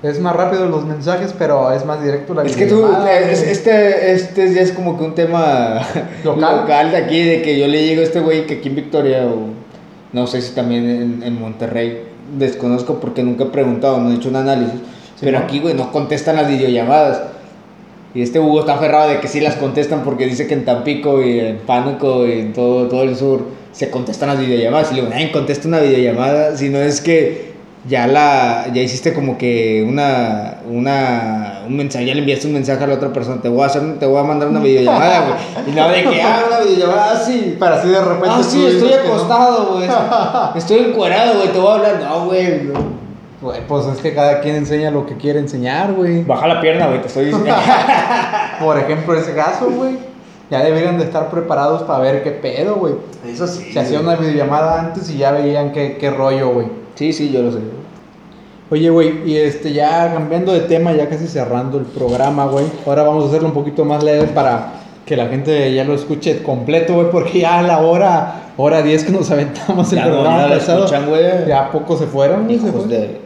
S1: Es más rápido los mensajes, pero es más directo la
S2: Es que tú,
S1: videollamada,
S2: eh, es-
S1: güey.
S2: este, este ya es como que un tema
S1: Local.
S2: local, de aquí, de que yo le llego a este güey que aquí en Victoria, o no sé si también en, en Monterrey, desconozco porque nunca he preguntado, no he hecho un análisis, pero
S1: ¿no?
S2: aquí, güey, no contestan las videollamadas. Y este Hugo está aferrado de que sí las contestan porque dice que en Tampico y en Pánuco y en todo, todo el sur se contestan las videollamadas. Y le digo, nadie contesta una videollamada, si no es que ya la ya hiciste como que una, una un mensaje, ya le enviaste un mensaje a la otra persona, te voy a hacer, te voy a mandar una videollamada, güey. Y no de que ah, una videollamada sí.
S1: Para así de repente.
S2: Ah,
S1: tú
S2: sí,
S1: dices
S2: estoy
S1: que no.
S2: acostado, güey. Estoy encuerado, güey, te voy a hablar. No, güey. no.
S1: Güey, pues es que cada quien enseña lo que quiere enseñar, güey.
S2: Baja la pierna, güey, te estoy diciendo.
S1: Por ejemplo, ese caso, güey. Ya deberían de estar preparados para ver qué pedo, güey.
S2: Eso sí.
S1: Se hacía
S2: güey.
S1: una videollamada antes y ya veían qué, qué rollo, güey.
S2: Sí, sí, yo lo sé.
S1: Oye, güey, y este, ya cambiando de tema, ya casi cerrando el programa, güey. Ahora vamos a hacerlo un poquito más leve para que la gente ya lo escuche completo, güey, porque ya a la hora, hora 10 que nos aventamos el
S2: Ya no,
S1: programa
S2: ya la
S1: pasado,
S2: escuchan, güey.
S1: ya pocos se fueron, güey, se
S2: Hijos
S1: fueron.
S2: Pues de...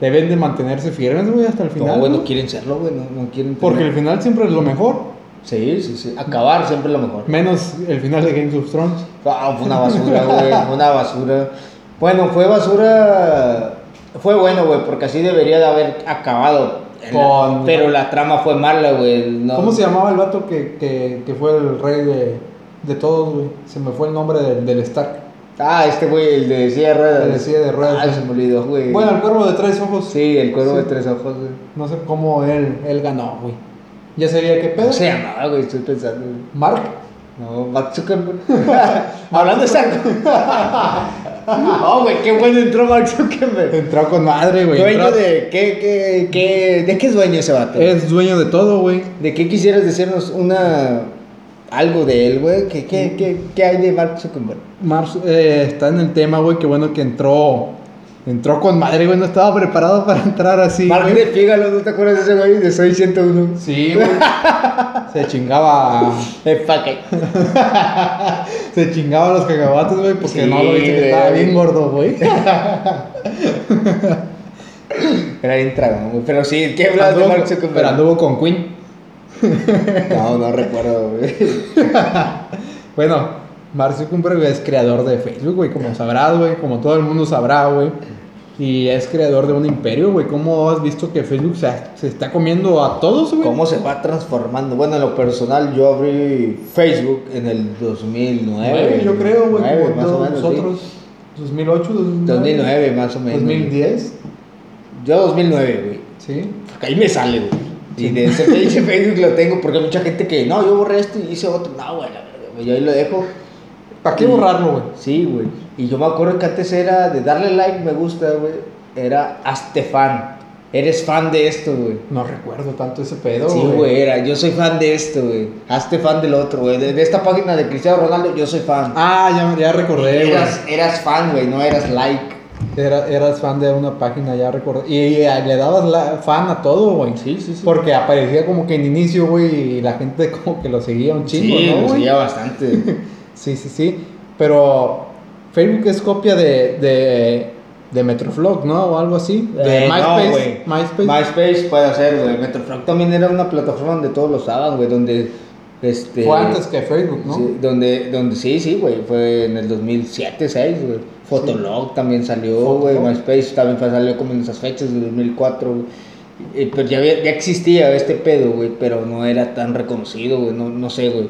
S1: Deben de mantenerse firmes, güey, hasta el final.
S2: No, güey, no
S1: güey.
S2: quieren serlo, güey. No, no quieren... tener-
S1: Porque el final siempre es lo mejor,
S2: Sí, sí, sí. Acabar siempre lo mejor.
S1: menos el final de Games of Thrones.
S2: Ah, fue una basura, güey. Fue una basura. Bueno, fue basura. Fue bueno, güey, porque así debería de haber acabado.
S1: Con-
S2: Pero la trama fue mala, güey. no-
S1: ¿Cómo se llamaba el vato que, que, que fue el rey de, de todos, güey? Se me fue el nombre del, del Stark.
S2: Ah, este güey, el de silla de ruedas.
S1: El de silla de ruedas,
S2: Ah,
S1: sí.
S2: se me olvidó, güey.
S1: Bueno, el cuervo de tres ojos.
S2: sí, el cuervo
S1: Sí.
S2: de tres ojos, güey.
S1: No sé cómo él, él ganó, güey. Ya sabía qué pedo.
S2: ¿Cómo se llamaba, güey? Estoy pensando. güey.
S1: Mark.
S2: No, Mark Zuckerberg. Hablando de esa. oh, güey, qué bueno entró Mark Zuckerberg.
S1: Entró con madre, güey.
S2: Dueño
S1: Entró-
S2: de. ¿Qué, qué, qué, ¿De qué es dueño ese vato?
S1: Es dueño de todo, güey.
S2: ¿De qué quisieras decirnos una algo de él, güey? ¿Qué, qué, qué, qué hay de Mark Zuckerberg?
S1: Mark eh, está en el tema, güey. Qué bueno que entró. Entró con madre, güey. No estaba preparado para entrar así.
S2: Mark
S1: güey.
S2: de Fígalo, ¿no te acuerdas de ese güey? De Soy 101.
S1: Sí, güey. Se chingaba.
S2: Eh, fuck it.
S1: Se chingaba los cacahuates, güey. Porque
S2: Sí,
S1: no lo viste que
S2: güey.
S1: estaba bien gordo, güey.
S2: Era bien tragón, güey. Pero sí, ¿qué hablas de
S1: Anduvo-
S2: Mark
S1: pero
S2: Zuckerberg?
S1: anduvo con Queen.
S2: No, no recuerdo, güey.
S1: Bueno, Mark Zuckerberg es creador de Facebook, güey, como sabrás, güey, como todo el mundo sabrá, güey. Y es creador de un imperio, güey. ¿Cómo has visto que Facebook se, se está comiendo a todos, güey?
S2: ¿Cómo se va transformando? Bueno, en lo personal, yo abrí Facebook en el 2009.
S1: Nueve, yo creo, güey,
S2: Nueve,
S1: como
S2: más o
S1: todos
S2: menos, sí.
S1: nosotros. 2008, 2009,
S2: 2009, más o menos.
S1: 2010,
S2: Yo 2009, güey.
S1: sí.
S2: Porque ahí me sale, güey. Y de ese pinche Facebook lo tengo porque hay mucha gente que, no, yo borré esto y hice otro. No, güey, la verdad, güey, yo ahí lo dejo.
S1: ¿Para qué
S2: Y-
S1: borrarlo, güey?
S2: Sí, güey. Y yo me acuerdo que antes era de darle like, me gusta, güey. Era hazte fan. Eres fan de esto, güey.
S1: No recuerdo tanto ese pedo,
S2: Sí, güey, era. Yo soy fan de esto, güey. Hazte fan del otro, güey. De, de esta página de Cristiano Ronaldo, yo soy fan.
S1: Ah, ya, ya recordé, güey.
S2: eras, eras fan, güey, no eras like.
S1: Era- eras fan de una página, ya recordé. Y, y, ah, le dabas la, fan a todo, güey.
S2: Sí, sí, sí.
S1: Porque aparecía como que en inicio, güey, y la gente como que lo seguía un chingo,
S2: sí,
S1: ¿no,
S2: lo
S1: güey?
S2: seguía bastante. Eh,
S1: Sí, sí, sí. Pero Facebook es copia de, de, de Metroflog, ¿no? O algo así. De
S2: Eh, no,
S1: MySpace.
S2: güey.
S1: MySpace.
S2: MySpace puede ser, güey. Metroflog también era una plataforma donde todos lo usaban, güey. Donde. Este,
S1: Fue antes que Facebook, ¿no?
S2: Sí, donde, donde, sí, sí, güey. Fue en el 2007, 2006, güey. Fotolog también salió, güey. MySpace también fue- salió como en esas fechas de 2004, güey. Eh, Pero ya, había- ya existía este pedo, güey. Pero no era tan reconocido, güey. No, no sé, güey.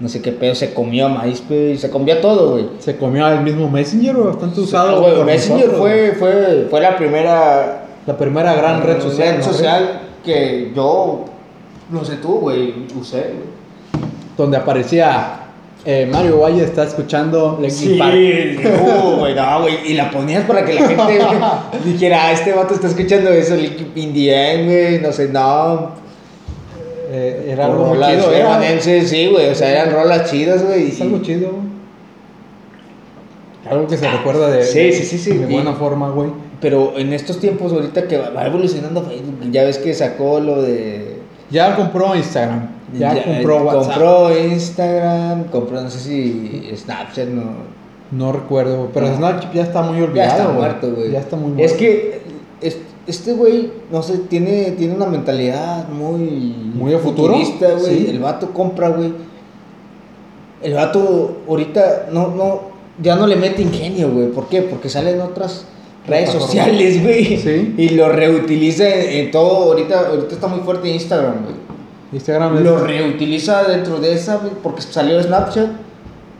S2: No sé qué pedo. Se comió a MySpace, se comió a todo, güey.
S1: Se comió el mismo Messenger, güey, bastante usado.
S2: Ah, güey,
S1: por
S2: Messenger
S1: nosotros, güey.
S2: fue, fue, fue la primera
S1: la primera gran red social.
S2: Red
S1: ¿no, güey?
S2: social que yo, no sé tú, güey, usé, güey.
S1: Donde aparecía eh, Mario Valle está escuchando Linkin Park.
S2: no, güey, no, güey. Y la ponías para que la gente güey, dijera, ah, este vato está escuchando eso, Linkin Indian, güey, no sé, no.
S1: Eh, era algo muy
S2: Rolas
S1: chido, era.
S2: evanescence, sí, güey, o sea, eran rolas chidas, güey.
S1: Es algo
S2: y-
S1: chido, güey. Algo que se recuerda de,
S2: Ah, Sí, sí, sí, sí.
S1: de
S2: Y-
S1: buena forma, güey.
S2: Pero en estos tiempos, ahorita que va va evolucionando Facebook, ya ves que sacó lo de.
S1: Ya compró Instagram. Ya, compró WhatsApp.
S2: eh, compró Instagram, compró, no sé si Snapchat, no.
S1: No recuerdo, güey, pero
S2: No.
S1: Snapchat ya está muy
S2: Ya
S1: olvidado.
S2: está
S1: güey.
S2: muerto, güey.
S1: Ya está muy muerto.
S2: Es que es- este güey, no sé, tiene, tiene una mentalidad muy.
S1: Muy a futuro.
S2: futurista, güey.
S1: Sí.
S2: El vato compra, güey. El vato ahorita no, no. Ya no le mete ingenio, güey. ¿Por qué? Porque salen otras redes
S1: Plataformas.
S2: sociales, güey.
S1: Sí.
S2: Y lo reutiliza en, en todo. Ahorita, ahorita está muy fuerte Instagram, güey
S1: Instagram es-
S2: lo reutiliza dentro de esa, güey, porque salió Snapchat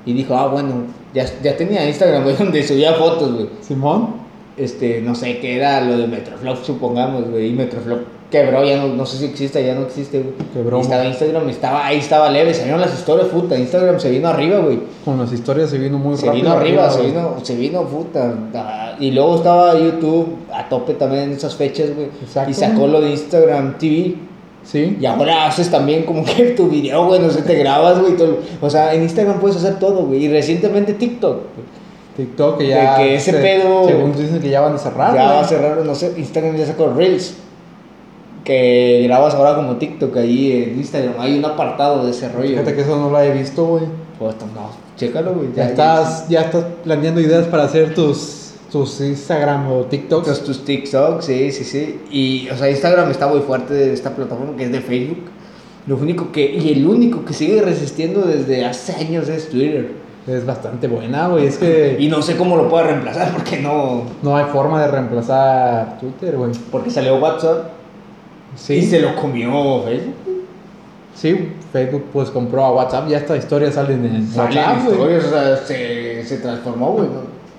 S2: y dijo, ah, bueno, ya, ya tenía Instagram, güey, donde subía fotos, güey.
S1: Simón.
S2: Este, no sé qué era lo de Metroflop, supongamos, güey, y Metroflop quebró, ya no, no sé si existe, ya no existe, güey.
S1: Quebró,
S2: Y estaba Instagram, estaba, ahí estaba leve, se vieron las historias, puta, Instagram se vino arriba, güey.
S1: Con las historias se vino muy
S2: Se
S1: rápido.
S2: vino arriba, se
S1: güey.
S2: vino, se vino puta. ah, Y luego estaba YouTube a tope también en esas fechas, güey.
S1: Exacto.
S2: Y sacó lo de Instagram TV.
S1: Sí.
S2: Y ahora haces también como que tu video, güey, no sé, te grabas, güey, y todo. O sea, en Instagram puedes hacer todo, güey. Y recientemente TikTok. güey.
S1: TikTok, que
S2: De
S1: ya.
S2: que ese
S1: se-
S2: pedo-
S1: Según dicen que ya van a cerrar.
S2: Ya
S1: güey.
S2: va a cerrar, no sé, Instagram ya sacó Reels. Que grabas ahora como TikTok ahí en Instagram. Hay un apartado de ese rollo.
S1: Fíjate
S2: güey.
S1: que eso no lo he visto, güey.
S2: Pues, no, chécalo, güey.
S1: Ya, estás, ya estás planeando ideas para hacer tus, tus Instagram o TikToks.
S2: Tus, Pues, tus TikToks, sí, sí, sí. Y, o sea, Instagram está muy fuerte de esta plataforma que es de Facebook. Lo único que, y el único que sigue resistiendo desde hace años es Twitter.
S1: Es bastante buena, güey. Es que
S2: Y no sé cómo lo pueda reemplazar porque no.
S1: no hay forma de reemplazar Twitter, güey.
S2: Porque salió WhatsApp y se lo comió Facebook.
S1: Sí, Facebook pues compró a WhatsApp. Ya estas historias salen en
S2: Salen
S1: WhatsApp, güey.
S2: historias, o sea, se, se transformó, güey.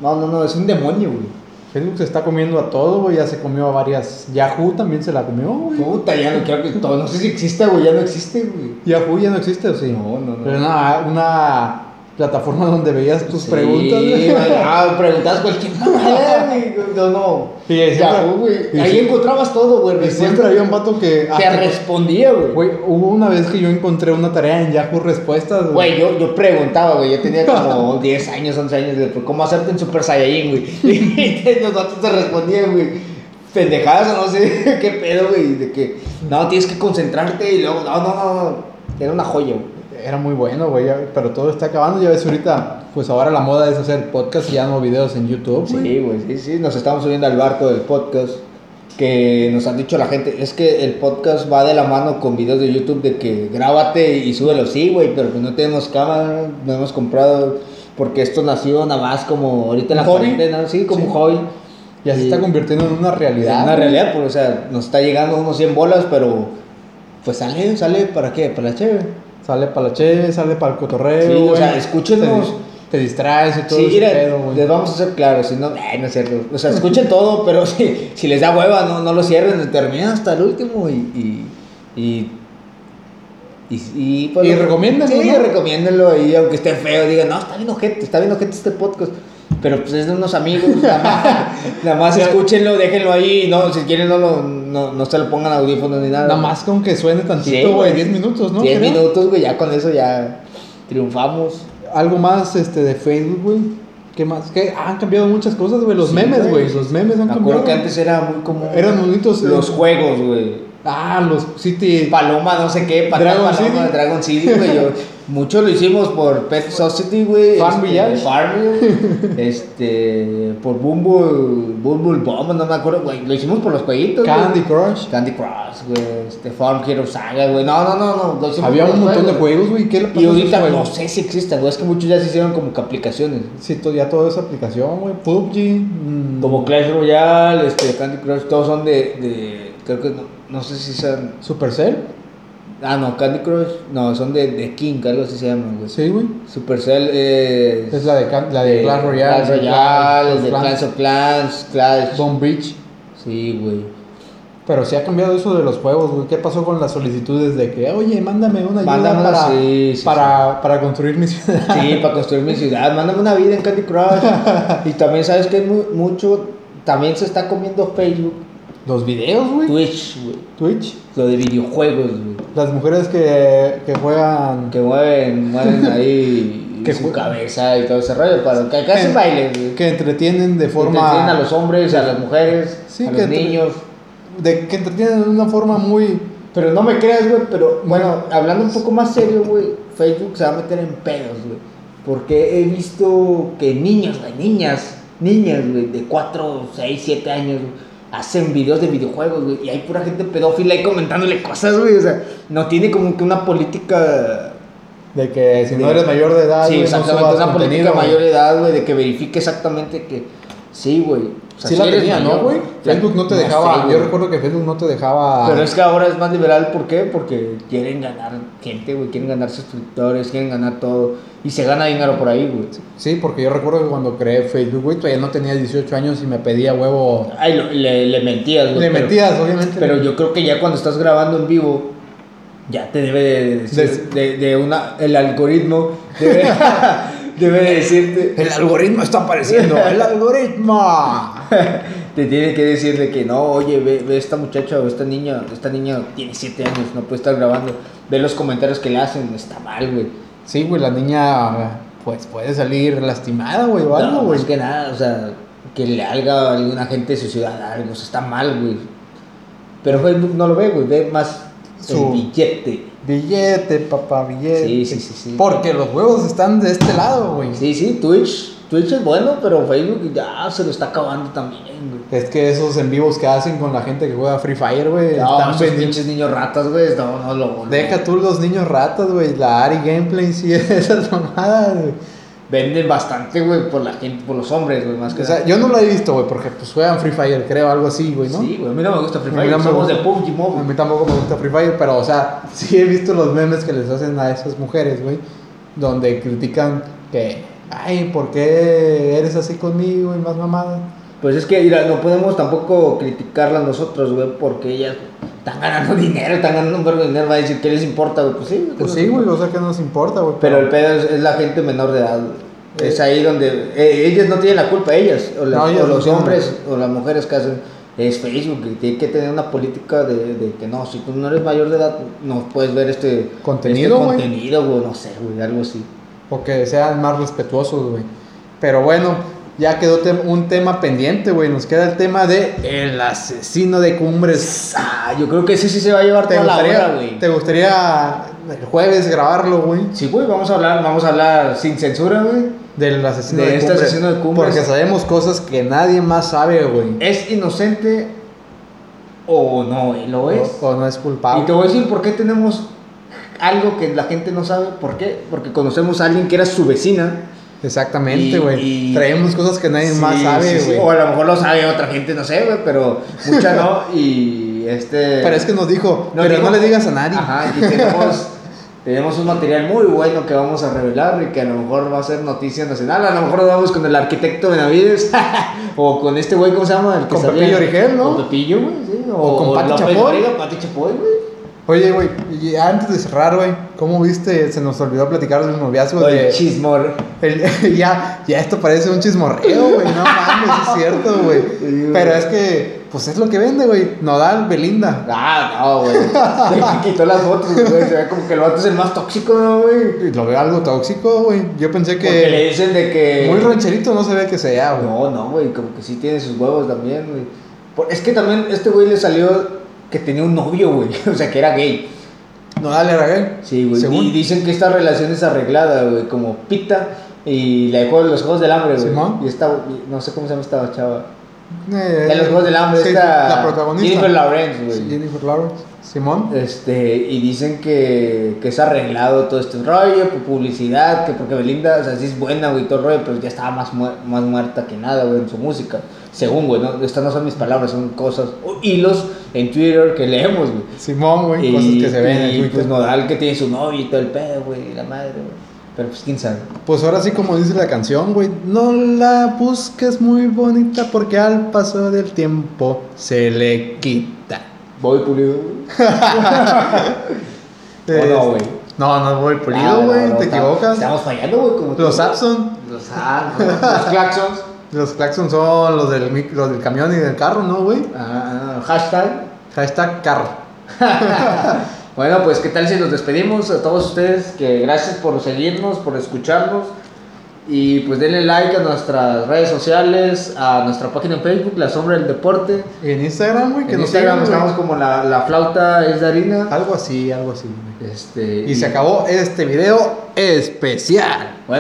S2: No, no, no, es un demonio, güey.
S1: Facebook se está comiendo a todo, güey. Ya se comió a varias. Yahoo también se la comió, güey.
S2: Puta, ya no quiero que todo. No sé si exista, güey, ya no existe, güey.
S1: Yahoo ya no existe, ¿o sí?
S2: No, no, no.
S1: Pero una, una plataforma donde veías tus
S2: Sí,
S1: preguntas, güey.
S2: güey, Ah, preguntas cualquier mamada, güey. No, no.
S1: Y siempre-
S2: Yahoo, güey.
S1: y
S2: Ahí
S1: siempre-
S2: encontrabas todo, güey.
S1: Y siempre había un vato que.
S2: Te
S1: hasta-
S2: respondía, güey.
S1: Güey, hubo una vez que yo encontré una tarea en Yahoo Respuestas,
S2: Güey, yo, yo preguntaba, güey. Yo tenía como 10 años, 11 años. De, pues, ¿Cómo hacerte en Super Saiyajin, güey? Y los datos te respondían, güey. Pendejadas o no sé qué pedo, güey. De que, no, tienes que concentrarte y luego, no, no, no. no. Era una joya, güey.
S1: Era muy bueno, güey, ya- pero todo está acabando. Ya ves, ahorita, pues ahora la moda es hacer podcast y ya no videos en YouTube, güey.
S2: Sí, güey, sí, sí, nos estamos subiendo al barco del podcast que nos han dicho la gente, es que el podcast va de la mano con videos de YouTube de que grábate y súbelo, sí, güey, pero pues no tenemos cámara, no hemos comprado, porque esto nació nada más como ahorita en la
S1: ¿Un hobby?
S2: cuarentena, sí, como
S1: Sí.
S2: un hobby.
S1: Y así
S2: Sí.
S1: está convirtiendo en una
S2: Es
S1: realidad. güey.
S2: una realidad, pues, o sea, nos está llegando unos 100 bolas, pero pues sale, sale, ¿para qué? Para la chévere.
S1: Sale para la che, sale para el cotorreo.
S2: Sí, o
S1: güey.
S2: sea, escúchenos.
S1: Te, dis- te distraes y todo
S2: Sí,
S1: ese
S2: mira,
S1: pedo, güey.
S2: les vamos a hacer claro, si no, ay, no es cierto. O sea, escuchen todo, pero si, si les da hueva, no, no lo cierren, terminen hasta el último y. Y. Y. Y, y, pues,
S1: Y
S2: lo-
S1: recomiéndenlo,
S2: Sí,
S1: ¿no?
S2: recomiéndenlo ahí, aunque esté feo, digan, no, está bien ojete, está bien ojete este podcast. Pero pues es de unos amigos, nada más, nada más escúchenlo, déjenlo ahí, no, si quieren no, lo, no, no se lo pongan audífonos ni nada.
S1: Nada más con que suene
S2: Sí,
S1: tantito, güey, 10 minutos, ¿no?
S2: 10
S1: Creo.
S2: minutos, güey, ya con eso ya triunfamos.
S1: Algo más este, de Facebook, güey. ¿Qué más? ¿Qué? Ah, han cambiado muchas cosas, güey. Los
S2: Sí,
S1: memes,
S2: güey.
S1: güey. Los memes han
S2: Me
S1: cambiado.
S2: acuerdo que antes era muy común.
S1: Eran bonitos,
S2: Los
S1: eh.
S2: juegos, güey.
S1: Ah, los City.
S2: Paloma, no sé qué, Pata
S1: Dragon
S2: Paloma,
S1: City.
S2: Dragon City, güey. yo- Mucho lo hicimos por Pet Society, güey.
S1: Farm
S2: este,
S1: Village.
S2: Farmville, este, por Bumble, Bumble Bomb, no me acuerdo, güey. Lo hicimos por los jueguitos, güey.
S1: Candy Crush.
S2: Candy Crush, güey. Este, Farm Hero Saga, güey. No, no, no, no. Lo hicimos
S1: Había
S2: por
S1: un
S2: los
S1: montón de juegos, güey. ¿Qué le pasó a
S2: Y
S1: esos
S2: ahorita no
S1: juegos?
S2: sé si existen, güey. Es que muchos ya se hicieron como que aplicaciones.
S1: Sí, to- ya toda esa aplicación, güey. PUBG. mm,
S2: Como Clash Royale, este, Candy Crush, todos son de, de creo que no, no sé si sean,
S1: Supercell.
S2: ah no, Candy Crush, no, son de, de King, algo así se llama, güey.
S1: Sí, güey.
S2: Supercell es...
S1: Es la de, Can- la de
S2: eh,
S1: Clash Royale.
S2: Clash Royale,
S1: Clash
S2: de
S1: Clans,
S2: Clash of Clans, Clash...
S1: Bomb Beach.
S2: Sí, güey.
S1: Pero sí ha cambiado eso de los juegos, güey. ¿Qué pasó con las solicitudes de que, oye, mándame una ayuda
S2: Mándame una-
S1: para,
S2: sí, sí,
S1: para, para construir mi ciudad?
S2: Sí, para construir mi ciudad, mándame una vida en Candy Crush. y también, ¿sabes que Mucho, también se está comiendo Facebook,
S1: Los videos, güey.
S2: Twitch, güey.
S1: Twitch.
S2: Lo de videojuegos, güey.
S1: Las mujeres que, que juegan.
S2: Que mueven, mueven ahí
S1: Que
S2: su
S1: jue-
S2: cabeza y todo ese rollo, para que acá se
S1: en-
S2: bailen, güey.
S1: Que entretienen de
S2: Que
S1: forma.
S2: entretienen a los hombres, a las mujeres,
S1: Sí,
S2: a
S1: que
S2: los
S1: entre-
S2: niños.
S1: de- que entretienen de una forma muy.
S2: Pero no me creas, güey, pero bueno, hablando un poco más serio, güey, Facebook se va a meter en pedos, güey. Porque he visto que niños, güey, niñas, niñas, güey, de 4, 6, 7 años, güey, hacen videos de videojuegos, güey, y hay pura gente pedófila ahí comentándole cosas, güey, o sea, no tiene como que una política...
S1: De que si no eres mayor de edad,
S2: sí,
S1: Ah, güey, no
S2: exactamente,
S1: subas
S2: una política
S1: contenido, güey.
S2: mayor de edad, güey, de que verifique exactamente que... Sí, güey. o sea,
S1: Sí,
S2: si
S1: la
S2: eres
S1: tenía, ¿no,
S2: mayor,
S1: güey? Facebook no te dejaba.
S2: sé,
S1: yo
S2: güey.
S1: recuerdo que Facebook no te dejaba.
S2: Pero es que ahora es más liberal, ¿por qué? Porque quieren ganar gente, güey, quieren ganar suscriptores, quieren ganar todo. Y se gana dinero por ahí, güey.
S1: Sí, porque yo recuerdo que cuando creé Facebook, güey, todavía no tenía 18 años y me pedía huevo.
S2: Ay, lo- le, le mentías, güey.
S1: Le
S2: pero-
S1: metías, obviamente.
S2: Pero yo creo que ya cuando estás grabando en vivo, ya te debe de decir, de, de una, el algoritmo debe, debe de decirte,
S1: El algoritmo está apareciendo. ¡El algoritmo!
S2: te tiene que decir de que no, oye, ve, ve esta muchacha o esta niña, esta niña tiene 7 años, no puede estar grabando, ve los comentarios que le hacen, está mal, güey.
S1: Sí, güey, la niña pues puede salir lastimada, güey, o algo,
S2: No,
S1: güey.
S2: más que nada, o sea, que le haga a alguna gente de su ciudad algo, o sea, está mal, güey. Pero Facebook no lo ve, güey, ve más
S1: Su-
S2: el billete.
S1: Billete, papá, billete.
S2: Sí, sí, sí, sí.
S1: Porque los huevos están de este lado, güey.
S2: Sí, sí, Twitch, Twitch es bueno, pero Facebook ya se lo está acabando también, güey.
S1: Es que esos en vivos que hacen con la gente que juega Free Fire, güey,
S2: No,
S1: están
S2: esos
S1: vendi-
S2: pinches niños ratas, güey, no, no lo...
S1: Deja tú los niños ratas, güey, la Ari Gameplay, sí, esas mamadas, güey.
S2: Venden bastante, güey, por la gente, por los hombres, güey, más que
S1: O sea,
S2: nada.
S1: yo no la he visto, güey, porque pues juegan Free Fire, creo, algo así, güey, ¿no?
S2: Sí, güey, a mí no me gusta Free
S1: A mí
S2: Fire,
S1: no me
S2: somos
S1: gusta.
S2: de PUBG
S1: A
S2: Mobile.
S1: mí tampoco me gusta Free Fire, pero, o sea, sí he visto los memes que les hacen a esas mujeres, güey, donde critican que, ay, ¿por qué eres así conmigo y más mamada?
S2: Pues es que, mira, no podemos tampoco criticarlas nosotros, güey, porque ellas están ganando dinero, están ganando un verbo de dinero, va a decir, ¿qué les importa, güey? Pues sí, ¿qué
S1: Pues
S2: nos
S1: sí, güey,
S2: importa?
S1: o sea, que nos importa, güey.
S2: Pero el pedo es, es la gente menor de edad, güey. Es ahí donde eh, ellas no tienen la culpa, ellas, o, las-
S1: No, ellas
S2: o
S1: no
S2: los
S1: tienen.
S2: hombres, o las mujeres que hacen, es Facebook, que tiene que tener una política de, de que no, si tú no eres mayor de edad, no puedes ver este
S1: Contenido,
S2: este
S1: güey.
S2: contenido, güey, no sé, güey, algo así.
S1: O que sean más respetuosos, güey. Pero bueno, ya quedó tem- un tema pendiente, güey. Nos queda el tema de el asesino de cumbres.
S2: Ah, yo creo que ese sí se va a llevar
S1: ¿Te
S2: toda la
S1: gustaría,
S2: hora, güey.
S1: ¿Te gustaría el jueves grabarlo, güey?
S2: Sí, güey, vamos a hablar, vamos a hablar sin censura, güey.
S1: Del asesino
S2: De
S1: de,
S2: este
S1: cumbres.
S2: asesino de cumbres.
S1: Porque sabemos cosas que nadie más sabe, güey.
S2: ¿Es inocente o no eh, lo es?
S1: O, o no es culpable.
S2: Y te voy a decir por qué tenemos algo que la gente no sabe. ¿Por qué? Porque conocemos a alguien que era su vecina.
S1: Exactamente,
S2: Y-
S1: güey.
S2: y-
S1: Traemos cosas que nadie
S2: Sí,
S1: más sabe,
S2: sí,
S1: güey.
S2: sí. O a lo mejor lo sabe otra gente, no sé, güey, pero mucha no. Y este.
S1: Pero es que nos dijo,
S2: No,
S1: pero
S2: digo-
S1: no le digas a nadie.
S2: Ajá, y tenemos. Tenemos un material muy bueno que vamos a revelar y que a lo mejor va a ser noticia nacional. A lo mejor nos vamos con el arquitecto Benavides o con este güey, ¿cómo se llama? El que
S1: Con
S2: sabía-
S1: Pepillo Origel, ¿no?
S2: Con Pepillo, güey, sí. O,
S1: con
S2: o
S1: Pati
S2: López
S1: Chapoy.
S2: Dóriga, Pati Chapoy, güey.
S1: Oye, güey, y antes de cerrar, güey, ¿cómo viste? Se nos olvidó platicar del noviazgo
S2: O el
S1: de...
S2: chismor.
S1: El- ya, ya esto parece un chismorreo, güey. No mames, es cierto, güey. Pero es que, pues es lo que vende, güey. Nodal, Belinda.
S2: Ah, no, güey. Se quitó las fotos, güey. Se ve como que el vato es el más tóxico, ¿no, güey?
S1: Y Lo veo algo tóxico, güey. Yo pensé
S2: Porque le
S1: que
S2: dicen de que.
S1: muy rancherito no se ve que sea, güey.
S2: No, no, güey. Como que sí tiene sus huevos también, güey. Por- Es que también este güey le salió que tenía un novio, güey. O sea, que era gay.
S1: Nodal era gay.
S2: Sí, güey.
S1: Según.
S2: Y dicen que esta relación es arreglada, güey. Como pita y la dejó de los Juegos del Hambre, güey.
S1: Simón.
S2: Y esta, no sé cómo se llama esta chava.
S1: Eh,
S2: De los Juegos del Hambre,
S1: sí,
S2: esta.
S1: La protagonista.
S2: Jennifer Lawrence, güey.
S1: Sí, Jennifer Lawrence. Simón.
S2: Este, y dicen que, que es arreglado todo este rollo, por publicidad, que porque Belinda, o sea, sí es buena, güey, todo el rollo, pero ya estaba más, muer- más muerta que nada, güey, en su música. Según, güey, ¿no? estas no son mis palabras, son cosas, o hilos en Twitter que leemos, güey.
S1: Simón, güey. Cosas que se ven en
S2: y,
S1: Twitter.
S2: pues Nodal que tiene su novio y todo el pedo, güey, y la madre, güey. Pero pues quién sabe.
S1: Pues ahora sí, como dice la canción, güey, no la busques muy bonita porque al paso del tiempo se le quita.
S2: Voy pulido, güey. O no, güey.
S1: No, no voy
S2: Ah,
S1: pulido,
S2: no,
S1: güey,
S2: no,
S1: te
S2: está-
S1: equivocas.
S2: Estamos fallando, güey, como
S1: Los
S2: tú.
S1: Abson,
S2: Los ah, no, los claxons.
S1: los Claxon son los del, mic- los del camión y del carro, ¿no, güey?
S2: Ah, ah, hashtag.
S1: Hashtag carro.
S2: Bueno, pues qué tal si nos despedimos a todos ustedes, que gracias por seguirnos, por escucharnos y pues denle like a nuestras redes sociales, a nuestra página en Facebook, La Sombra del Deporte.
S1: Y en Instagram, güey, que
S2: en
S1: nos
S2: Instagram
S1: sigan, güey.
S2: estamos
S1: Ah.
S2: como la, la flauta es de harina.
S1: Algo así, algo así. güey.
S2: Este,
S1: Y se acabó este video especial.
S2: Bueno,